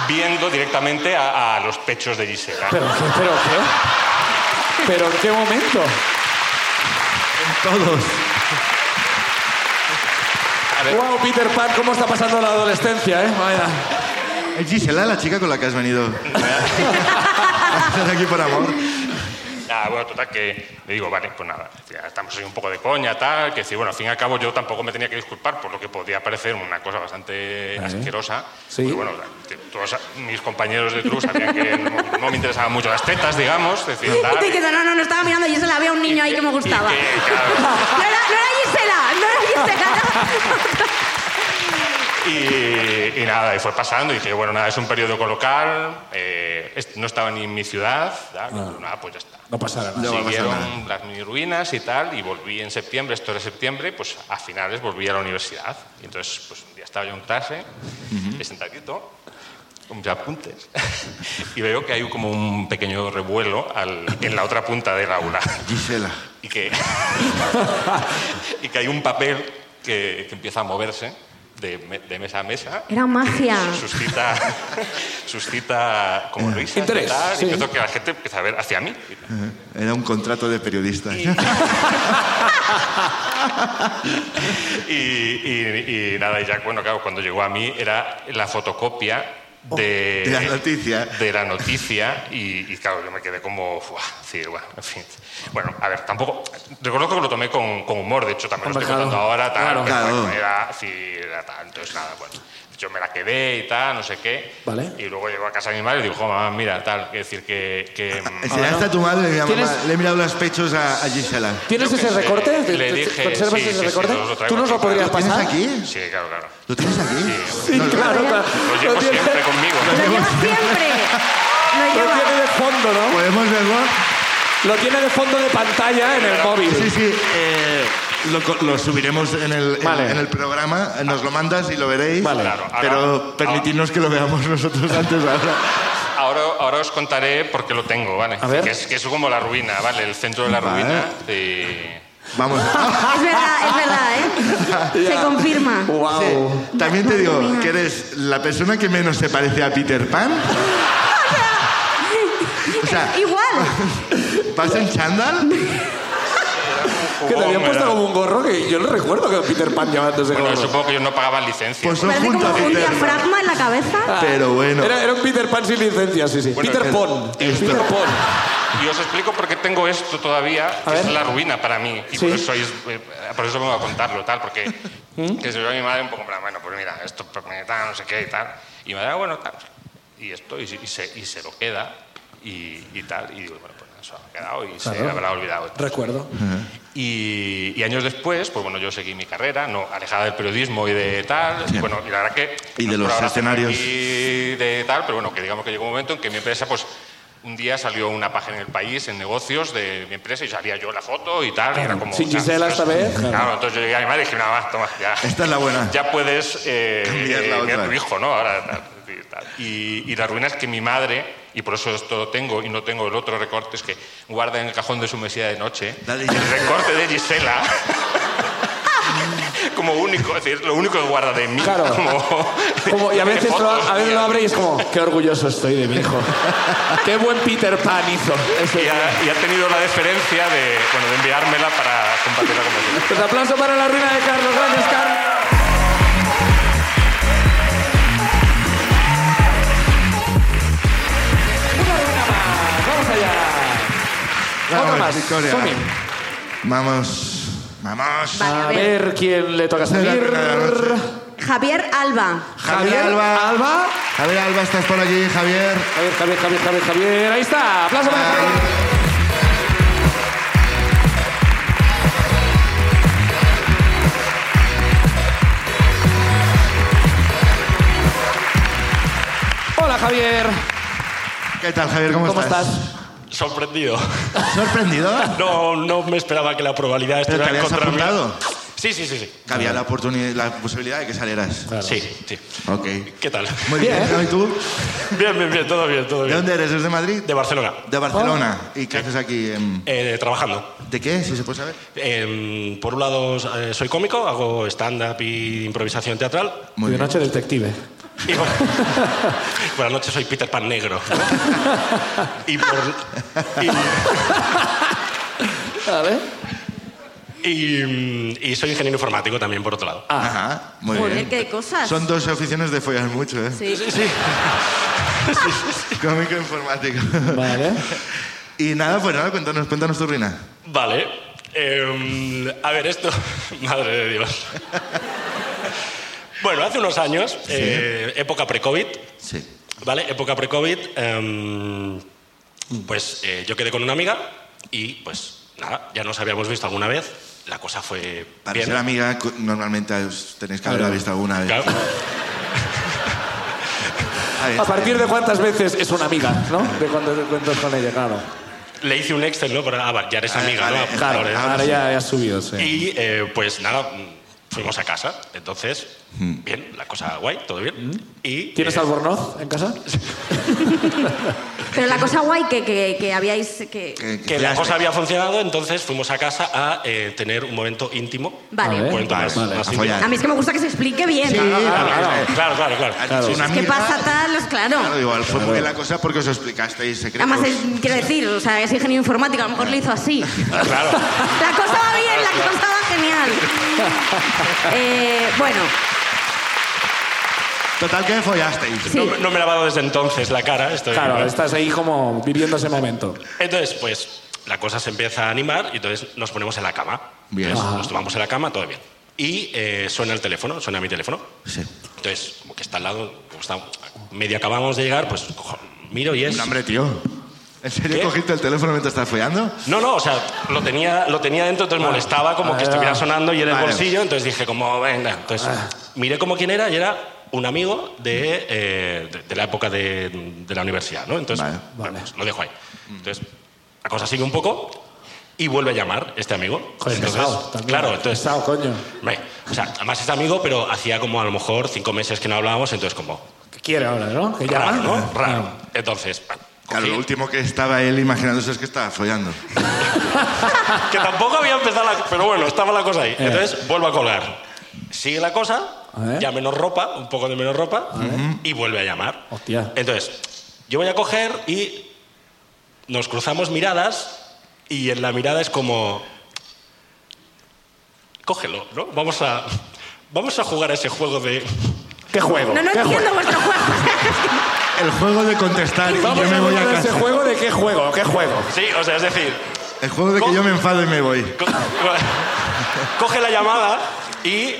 viendo directamente a, a los pechos de Gisela Pero, ¿qué- pero qué. Pero en qué momento. Todos. A ver, Wow, Peter Pan, cómo está pasando la adolescencia, ¿eh? Vaya. ¿Es Gisela la chica con la que has venido? ¿Estás aquí por amor? Nada, Ah, bueno, total, que le digo, vale, pues nada, ya estamos ahí un poco de coña, tal, que decir, bueno, al fin y al cabo yo tampoco me tenía que disculpar por lo que podía parecer una cosa bastante asquerosa. Sí. Porque, bueno, que todos mis compañeros de club sabían que no, no me interesaban mucho las tetas, digamos, es decir, tal. Y te quedas, no, no, no estaba mirando a Gisela, había un niño ahí que me gustaba. Y No que, claro, era, no era Gisela, no era Gisela. y- y nada, y fue pasando, y dije, bueno, nada, es un periódico local, eh, es- no estaba ni en mi ciudad, tal, y digo, nada, pues ya está. No pasará nada. No va a pasar siguieron nada. las mini ruinas y tal, y volví en septiembre, esto era septiembre, pues a finales volví a la universidad. Y entonces, pues un día estaba yo en clase, de sentadito, con mis apuntes, y veo que hay como un pequeño revuelo al- en la otra punta del aula. Gisela. Y que, y que hay un papel que, que empieza a moverse de, me- de mesa a mesa. Era magia. Suscita, suscita como risa Interés, y tal, sí. y empiezo que la gente empieza a ver hacia mí. Era un contrato de periodista. Y, y- y nada, y ya, bueno, claro, cuando llegó a mí era la fotocopia de, de la noticia. De la noticia, y, y claro, yo me quedé como, "Fua", sí, bueno, en fin. Bueno, a ver, tampoco. Reconozco que lo tomé con, con humor, de hecho, también lo Hombre, estoy claro. contando ahora, tal, Claro. pero bueno, Claro. era, sí, era tal, entonces nada, bueno. Yo me la quedé y tal, no sé qué. Vale. Y luego llegó a casa de mi madre y dijo, "Jo, mamá, mira, tal, que decir que. que mm, Enseñaste a tu madre, mira, mamá, ¿Tienes- le he mirado los pechos a, a Gisela. ¿Tienes Yo qué ese sé, recorte? le ¿Te- te- dije, ¿Conservas sí, ese sí, sí, recorte? lo traigo ¿Tú nos lo aquí. podrías ¿Lo tienes pasar? aquí? Sí, claro, claro. ¿Lo tienes aquí? Sí, claro. claro. Lo Lo llevo tiene- siempre conmigo. Lo lleva siempre. Lo Lo lleva. tiene de fondo, ¿no? ¿Podemos verlo? Lo tiene de fondo de pantalla en el móvil. Sí, sí. eh, lo, co- lo subiremos en el, en- Vale. en el programa, eh, nos lo mandas y lo veréis. Vale. Claro, ahora- Pero permitidnos que lo veamos nosotros antes ahora. Ahora, ahora os contaré por qué lo tengo, ¿vale? A ver. Que es, que es como la ruina, ¿vale? El centro de la Vale. ruina. eh, Vamos. Es verdad, es verdad, ¿eh? Se confirma. Wow. Sí. También te Madre digo mía. que eres la persona que menos se parece a Peter Pan. O sea, Igual. ¿vas en chándal? Que te habían Hombre. puesto como un gorro que yo no recuerdo que Peter Pan llevando ese Bueno, gorro. supongo que ellos no pagaban licencia. Pues no Parece junto como a un Peter Pan. diafragma en la cabeza. Pero bueno. Era, era un Peter Pan sin licencia, sí, sí. Bueno, Peter es- Pan. esto- Peter Pan. Y os explico por qué tengo esto todavía, que ver. es la ruina para mí. Y Sí. por, eso es- eh, por eso vengo a contarlo, tal, porque ¿Mm? que se lo a mi madre un poco, en plan, bueno, pues mira, esto, pues, me da, no sé qué y tal. Y me da, "Ah, bueno, tal. Y esto, y, y se, y se lo queda, y, y tal. Y digo, bueno, pues nada, eso ha quedado y se Claro. habrá olvidado. Recuerdo. Y, y años después, pues bueno, yo seguí mi carrera, no alejada del periodismo y de tal. Bueno, y la verdad que. Y de por los ahora escenarios. Y de tal, pero bueno, que digamos que llegó un momento en que mi empresa, pues. Un día salió una página en el país, en negocios de mi empresa, y salía yo la foto y tal. y era como, Sin o sea, Gisela esta entonces- vez, claro. Claro, entonces yo llegué a mi madre y dije, nada más, toma, ya. Esta es la buena. Ya puedes eh, Cambiarla eh, Este- otra mirar a tu vez. hijo, ¿no? Ahora tal, y tal. Y, y las ruinas que mi madre, y por eso esto lo tengo y no tengo el otro recorte, es que guarda en el cajón de su mesilla de noche Dale, el Gisela. recorte de Gisela. como único, es decir, lo único que guarda de mí. Claro. como- Como- y a veces, lo, a veces lo abre y es como, qué orgulloso estoy de mi hijo. Qué buen Peter Pan hizo. Ese Y ha, y ha tenido la deferencia de, bueno, de enviármela para compartirla con vosotros. Pues aplauso para la ruina de Carlos. Gracias, Carlos. Una ruina más. Vamos allá. Otra Vamos, más. Victoria. Somi. Vamos. Vamos. Vale, A ver quién le toca Esa es la salir. ruina de la noche. Javier Alba. Javier Alba. Javier Alba, estás por allí, Javier. Javier, Javier, Javier, Javier, Javier. Ahí está. Aplauso para Javier. Hola, Javier. ¿Qué tal, Javier? ¿Cómo, ¿Cómo estás? Sorprendido. ¿Sorprendido? No, no me esperaba que la probabilidad Pero te habías estuviera contra mí. apuntado. Sí, sí, sí, sí. Que había la oportunidad, la posibilidad de que salieras. Sí, sí. Ok. ¿Qué tal? Muy bien. Bien. ¿no? ¿Y tú? Bien, bien, bien, todo bien, todo ¿De bien. dónde eres? ¿Eres de Madrid? De Barcelona. De Barcelona. ¿Y qué haces aquí? em? Eh, trabajando. ¿De qué? Si se puede saber. Em, por un lado, eh, soy cómico, hago stand-up y improvisación teatral. Muy de noche detective. Y por, por la noche soy Peter Pan negro. Y por- y- ¿Vale? y, mm, y soy ingeniero informático también, por otro lado. Ajá, muy Joder, bien. qué cosas. Son dos aficiones de follar mucho, ¿eh? Sí. Cómico informático. Vale. y nada, pues nada, cuéntanos, cuéntanos tu ruina. Vale. Em, a ver, esto. Madre de Dios. Bueno, hace unos años, eh, época pre-COVID, Sí. ¿vale? Época pre-COVID, em, pues eh, yo quedé con una amiga y pues nada, ya nos habíamos visto alguna vez. La cosa fue Para bien. ser amiga, cu- normalmente os tenéis que haberla visto alguna vez. Claro. Está bien, ¿A está partir bien. de cuántas veces es una amiga, no? De cuando te encuentras con ella, claro. Le hice un Excel, ¿no? Para, ah, vale, ya eres Ah, amiga, vale, ¿no? Claro, Ahora- ahora, ya, ya has subido, sí. Y eh, pues nada, mm, fuimos a casa. Entonces, bien, la cosa guay, todo bien. Y, ¿Tienes eh, albornoz en casa? Pero la cosa guay que, que, que habíais... Que- Que... que que la follas- cosa había funcionado, entonces fuimos a casa a eh, tener un momento íntimo. Vale. pues, Un momento más, Vale. más A íntimo. follar. A mí es que me gusta que se explique bien. Ah, claro, Claro, claro, claro. Ah, claro. es una ¿Qué amiga. pasa tal? Los- Claro. Claro, igual fue muy bien la cosa porque os explicasteis secretos. Además, es- quiero decir, o sea, es ingeniero informático, a lo mejor lo hizo así. Claro. La cosa va bien, la cosa va genial. Eh, bueno, Total, que follasteis. sí. No, no me he lavado desde entonces la cara. estoy- Claro, estás ahí como viviendo ese momento. Entonces, pues la cosa se empieza a animar y entonces nos ponemos en la cama. Bien. Entonces, Ajá. nos tomamos en la cama, todo bien. Y eh, suena el teléfono, suena mi teléfono. Sí. Entonces, como que está al lado, como está medio acabamos de llegar, pues cojo, miro y es. No, hombre, tío. ¿En serio ¿Qué? cogiste el teléfono mientras estás follando? No, no, o sea, lo tenía, lo tenía dentro, entonces molestaba como que Ah, estuviera sonando y en el vale. bolsillo, entonces dije como, venga, entonces miré como quién era y era un amigo de, eh, de, de la época de, de la universidad, ¿no? Entonces, Vale. bueno, Vale. pues, lo dejo ahí. Entonces, la cosa sigue un poco y vuelve a llamar este amigo. Joder, Entonces, pesado, también. claro, entonces... Pesado, coño. me- O sea, además es amigo, pero hacía como a lo mejor cinco meses que no hablábamos, entonces como... ¿Qué quiere ahora, no? Que llama, Raro, ¿no? Raro. Entonces... ah, Claro, cogí- lo último que estaba él imaginándose es que estaba follando. que tampoco había empezado la... Pero bueno, estaba la cosa ahí. Entonces vuelvo a colgar. Sigue la cosa, Eh. A ver. ya menos ropa, un poco de menos ropa, y vuelve a llamar. Hostia. Entonces, yo voy a coger y nos cruzamos miradas y en la mirada es como... Cógelo, ¿no? Vamos a, vamos a jugar a ese juego de... ¿Qué juego? no, no ¿Qué entiendo juego? vuestro juego. El juego de contestar y Vamos yo me a voy a jugar a casa. ese juego de qué juego, qué juego. Sí, o sea, es decir, El juego de que yo me enfado y me voy. Co- coge la llamada y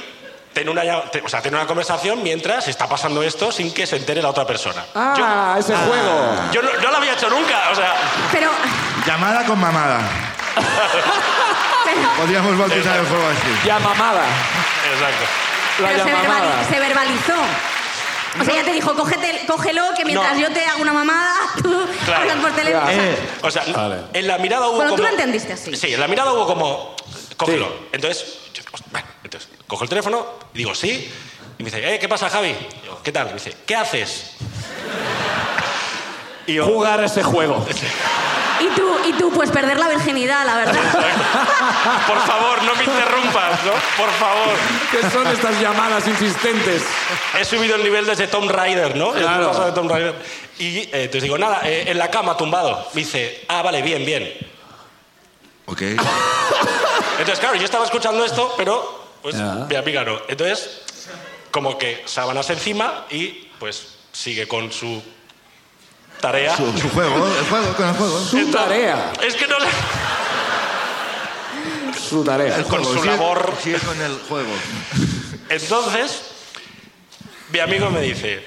ten una, lla- te- o sea, ten una conversación mientras está pasando esto sin que se entere la otra persona. Ah, ese juego. Yo, yo no, no lo había hecho nunca, o sea, Pero, Llamada con mamada. Podríamos bautizar el juego así. Llamamada. exacto. La pero se, verbali- llamamada. se verbalizó. O sea, ya te dijo, "Cógete- cógelo, que mientras No. yo te hago una mamada, tú Claro. hablas por teléfono. O sea, Eh, O sea, Vale. en la mirada hubo Bueno, tú como... lo entendiste así. Sí, en la mirada hubo como... Cógelo. Entonces, yo- bueno, entonces, cojo el teléfono y digo, sí. Y me dice, eh, ¿qué pasa, Javi? Y digo, ¿qué tal? Y me dice, ¿qué haces? Y yo- jugar ese juego. Y tú, y tú, pues perder la virginidad, la verdad. Por favor, no me interrumpas, ¿no? Por favor. ¿Qué son estas llamadas insistentes? He subido el nivel desde Tom Rider, ¿no? El Claro. paso de Tomb Raider. Y eh, entonces digo, nada, eh, en la cama, tumbado. Me dice, ah, vale, bien, bien. Ok. Entonces, claro, yo estaba escuchando esto, pero pues Ya. mi amiga no. Entonces, como que sábanas encima y pues sigue con su tarea. Su, su juego, el juego, con el juego. Su tarea. Es que no sé- Su tarea. El con juego, su sigue- labor. Sigue con el juego. Entonces, mi amigo me dice,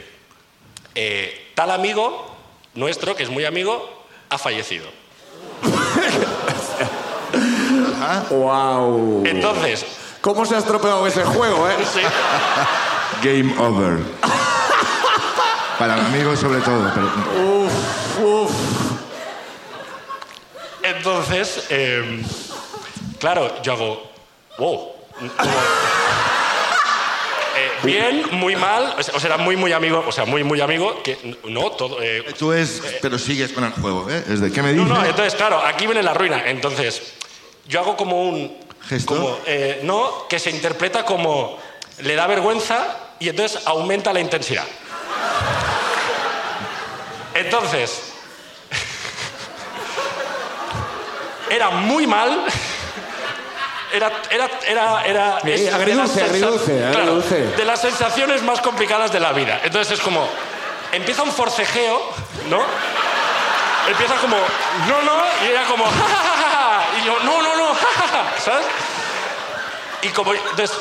eh, tal amigo nuestro, que es muy amigo, ha fallecido. Wow. Entonces, ¿Cómo se ha estropeado ese juego, eh? sí, Game over. Para amigos sobre todo. Pero... Uf, uf. entonces, eh, claro, yo hago, wow. Como- Eh, bien, muy mal, o sea, o sea, era muy, muy amigo, o sea, muy, muy amigo, que no, todo, eh, Tú es, pero sigues con el juego, ¿eh? Es de, ¿qué me No, dices? no, entonces, claro, aquí viene la ruina. Entonces, yo hago como un. ¿Gesto? como, eh, no, que se interpreta como. Le da vergüenza y entonces aumenta la intensidad. Entonces. era muy mal. Era. Era. Era. era Eh, de agridulce, las sensa- agridulce, claro, agridulce. de las sensaciones más complicadas de la vida. Entonces es como. Empieza un forcejeo, ¿no? empieza como, no, no, y era como, "Ja, ja, ja, ja". y yo, no, no, no, ja, ja, ja", ¿sabes? Y como, entonces,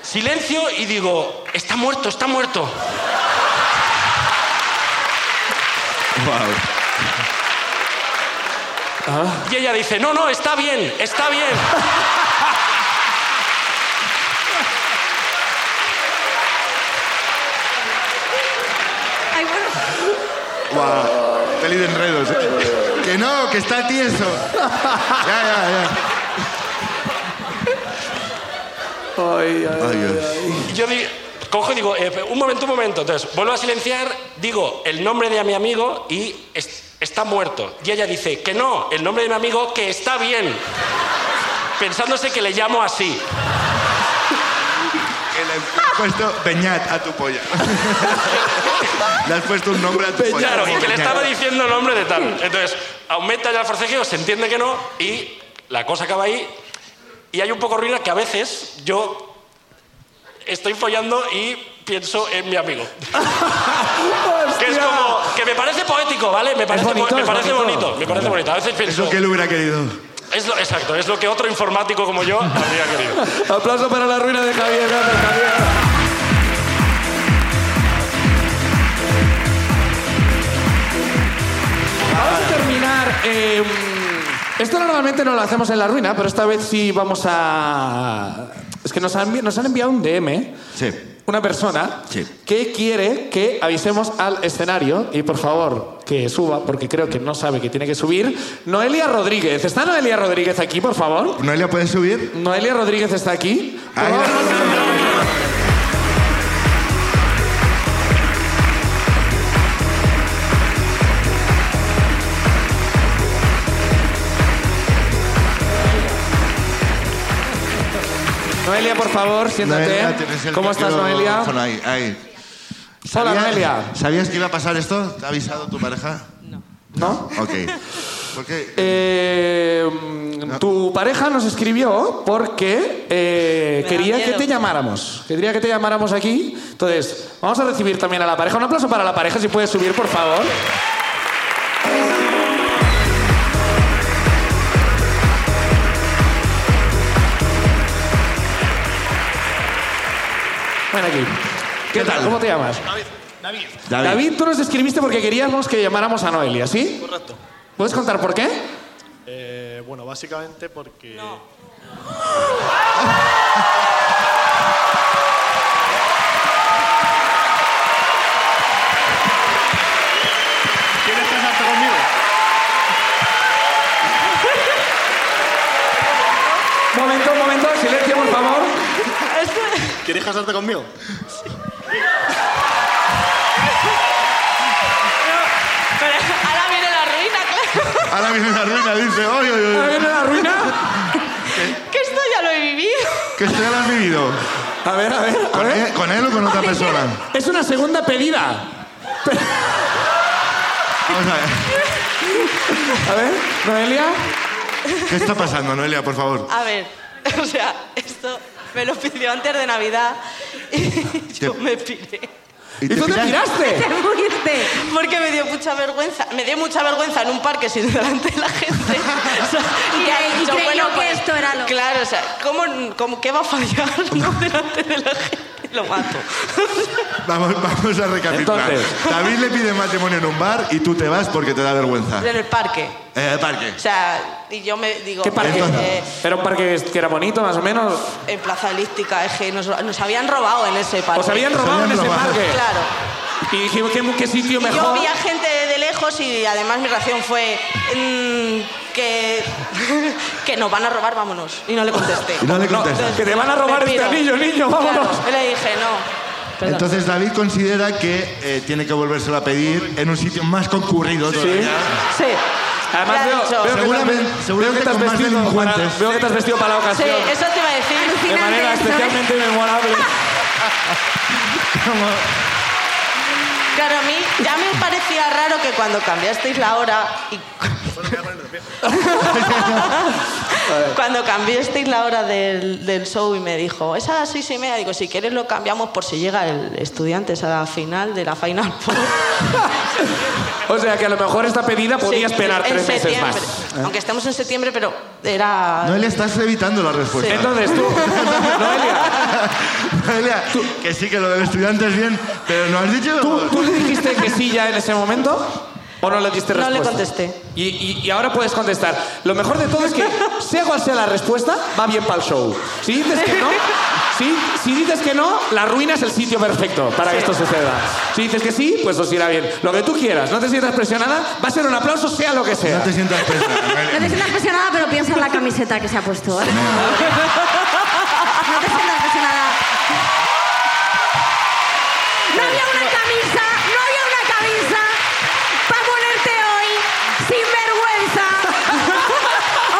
silencio y digo, está muerto, está muerto. Wow. Y ella dice, no, no, está bien, está bien. Ay, bueno. Wow. Peli de enredos. ¿eh? que no, que está tieso. Ya, ya, Ay, ay. ya. Ay, Dios. Y yo di- cojo y digo, "Eh, un momento, un momento. Entonces, vuelvo a silenciar, digo el nombre de mi amigo y es- está muerto. Y ella dice, que no, el nombre de mi amigo, que está bien. Pensándose que le llamo así. Que le has puesto Peñat a tu polla. le has puesto un nombre a tu polla. Claro, y que le Beñat. estaba diciendo el nombre de tal. Entonces, aumenta ya el forcejeo, se entiende que no, y la cosa acaba ahí. Y hay un poco ruina que a veces yo estoy follando y pienso en mi amigo. Que es como, que me parece poético, ¿vale? Me parece, po- bonito, me es parece bonito. bonito, me parece bonito. A veces Es pienso, lo que él hubiera querido. es lo- exacto, es lo que otro informático como yo habría querido. Aplauso para la ruina de Javier. gracias, Javier. Vamos a terminar. eh, esto normalmente no lo hacemos en la ruina, pero esta vez sí vamos a. Es que nos han, envi- nos han enviado un DM. Sí. Una persona Sí. que quiere que avisemos al escenario y por favor que suba, porque creo que no sabe que tiene que subir. Noelia Rodríguez. ¿Está Noelia Rodríguez aquí, por favor? ¿Noelia puedes subir? Noelia Rodríguez está aquí. Ahí la- Noelia, por favor, siéntate. Noelia, tienes el ¿Cómo estás, micrófono Noelia? ahí, ahí. Hola, ¿Sabías- Noelia. ¿Sabías que iba a pasar esto? ¿Te ha avisado tu pareja? ¿No? Ok. Porque Eh, mm, Tu pareja nos escribió porque eh, Me da quería que miedo. te llamáramos. Quería que te llamáramos aquí. Entonces, vamos a recibir también a la pareja. Un aplauso para la pareja, si puedes subir, por favor. Ven aquí. ¿Qué tal? ¿Cómo te llamas? David, David, David, David, tú nos escribiste porque queríamos que llamáramos a Noelia, ¿sí? correcto. ¿Puedes contar por qué? Eh, bueno, básicamente porque. ¿quieres casarte conmigo? Momento, momento, silencio, por favor. ¿Quieres casarte conmigo? viene la ruina, dice. ¡Oye, oye, ¿Ahora oye! viene la ruina? Que esto ya lo he vivido. ¿Qué esto ya lo has vivido? A ver, a ver, a ¿Con ver. él, con él o con otra persona? Es una segunda pedida. Vamos a ver. A ver, Noelia. ¿Qué está pasando, Noelia, por favor? A ver, o sea, esto me lo pidió antes de Navidad y yo Te- me piré. ¿Y ¿Y tú te piras? tiraste? Fuiste. Porque me dio mucha vergüenza. Me dio mucha vergüenza en un parque sin delante de la gente. O sea, Y ya he creí- y creyó que pues, esto era lo- Claro, o sea, ¿cómo, cómo, qué va a fallar ¿no? delante de la gente? Lo mato. Vamos, vamos a recapitular. Entonces. David le pide matrimonio en un bar y tú te vas porque te da vergüenza. En el parque. Eh, el parque. O sea, y yo me digo... ¿Qué parque? eh, Era un parque que era bonito, más o menos. en Plaza Elíptica, es que nos, nos habían robado en ese parque. Os habían robado en habían ese robado. parque. Claro. Y dijimos, ¿qué, qué sitio Y yo mejor? vi a gente de lejos y además mi reacción fue mm, que, que nos van a robar, vámonos. Y no le contesté. Y no le No, contestas. que te van a robar Me este piro. anillo, niño, Claro, vámonos. y le dije, no. Perdón. Entonces David considera que eh, tiene que volvérselo a pedir en un sitio más concurrido todavía. sí. Además, Le ha veo, dicho- veo Seguramente- que te has- seguramente veo que te has con más vestido para, delincuentes. veo que te has vestido para la Sí, ocasión. eso te iba a decir. de manera Alucinante, ¿sabes? especialmente memorable. Como- Claro, a mí ya me parecía raro que cuando cambiasteis la hora y... cuando cambiasteis la hora del, del show y me dijo, es a las seis y media, digo, si quieres lo cambiamos por si llega el estudiante a la final de la Final Four. O sea que a lo mejor esta pedida podía Sí, esperar en tres meses septiembre. más. ¿Eh? Aunque estemos en septiembre, pero era... Noelia, estás evitando la respuesta. Entonces tú, Noelia, Noelia, que sí, que lo del estudiante es bien, pero no has dicho... ¿tú, tú le dijiste que sí ya en ese momento? ¿O no le diste No respuesta? le contesté. Y, y- y ahora puedes contestar. Lo mejor de todo es que, sea cual sea la respuesta, va bien para el show. Si dices que no, si, si dices que no, la ruina es el sitio perfecto para que esto suceda. Si dices que sí, pues os irá bien. Lo que tú quieras, no te sientas presionada, va a ser un aplauso, sea lo que sea. No te sientas pesada, No te Noelia. sientas presionada, pero piensa en la camiseta que se ha puesto. ¿eh? No te sientas presionada. No había una camisa, no había una camisa para ponerte hoy sin vergüenza.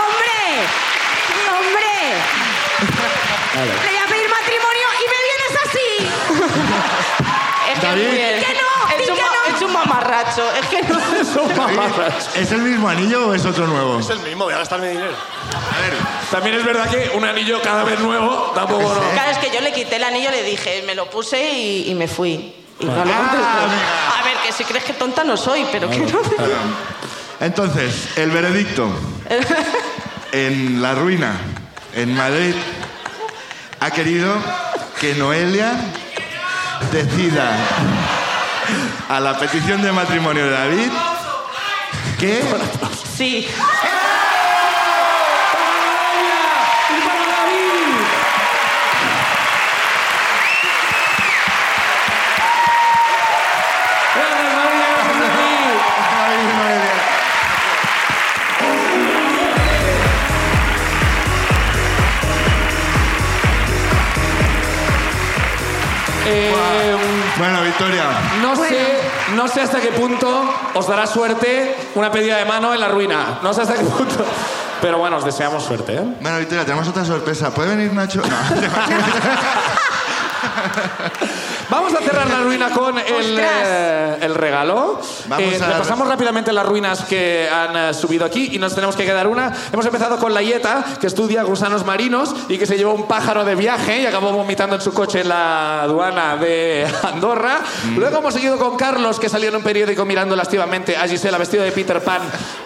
Hombre, hombre. Le voy a pedir matrimonio y me vienes así. Es que, David. es- Que no, es, di un que ma- no. es un mamarracho. Es que no. Son mamadas. ¿Es el mismo anillo o es otro nuevo? Es el mismo, voy a gastarme dinero. A ver, También es verdad que un anillo cada vez nuevo tampoco no. Claro, es que yo le quité el anillo, le dije, me lo puse y, y me fui. Y no le Ah, contesté. venga. A ver, que si crees que tonta no soy, pero que no. entonces, el veredicto. En La Ruina, en Madrid, ha querido que Noelia decida a la petición de matrimonio de David que... Sí. Ay, Noelia. Eh, Bueno, Victoria. no, sé, no sé hasta qué punto os dará suerte una pedida de mano en la ruina. No sé hasta qué punto. Pero bueno, os deseamos suerte. ¿eh? Bueno, Victoria, tenemos otra sorpresa. ¿Puede venir Nacho? No. Vamos a cerrar la ruina con el, Ostras. eh, el regalo. Vamos a- Repasamos rápidamente las ruinas que han eh, subido aquí y nos tenemos que quedar una. Hemos empezado con la Yeta, que estudia gusanos marinos y que se llevó un pájaro de viaje y acabó vomitando en su coche en la aduana de Andorra. Mm. Luego hemos seguido con Carlos, que salió en un periódico mirando lastivamente a Gisela vestido de Peter Pan.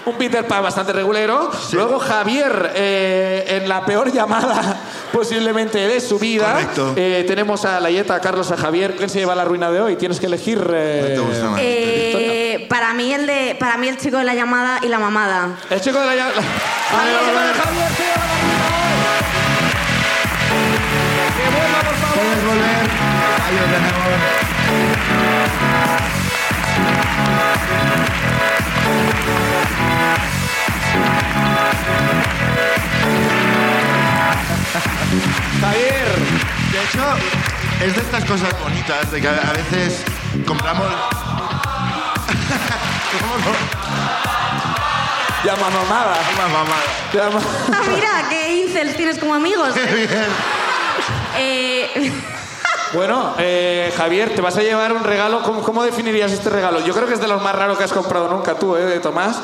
Un Peter Pan bastante regulero. Luego Javier, eh, en la peor llamada posiblemente de su vida. Correcto. Eh, tenemos a Layeta, a Carlos, a Javier. ¿Quién se lleva la ruina de hoy? Tienes que elegir. eh, ¿Te gusta más? Eh, para mí el de, para mí el chico de la llamada y la mamada. El chico de la llave. Javier, Javier, Javier, se lleva la ruina hoy. Que vuelva, por favor. ¿Puedes volver? Ahí lo tenemos. Javier. De hecho, es de estas cosas bonitas, de que a veces compramos... ¿Cómo no? Llama mamada. Una mamada. Llama... Ah, mira, qué incels tienes como amigos. Eh, Bueno, eh, Javier, te vas a llevar un regalo. ¿Cómo, cómo definirías este regalo? Yo creo que es de los más raros que has comprado nunca tú, ¿eh, de Tomás?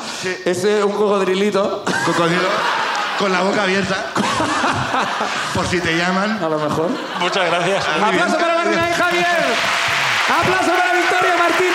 Es eh, un cocodrilito. Cocodrilo con la boca abierta. Por si te llaman. A lo mejor. Muchas gracias. ¡Aplauso para Martina y Javier! ¡Aplauso para Victoria Martínez!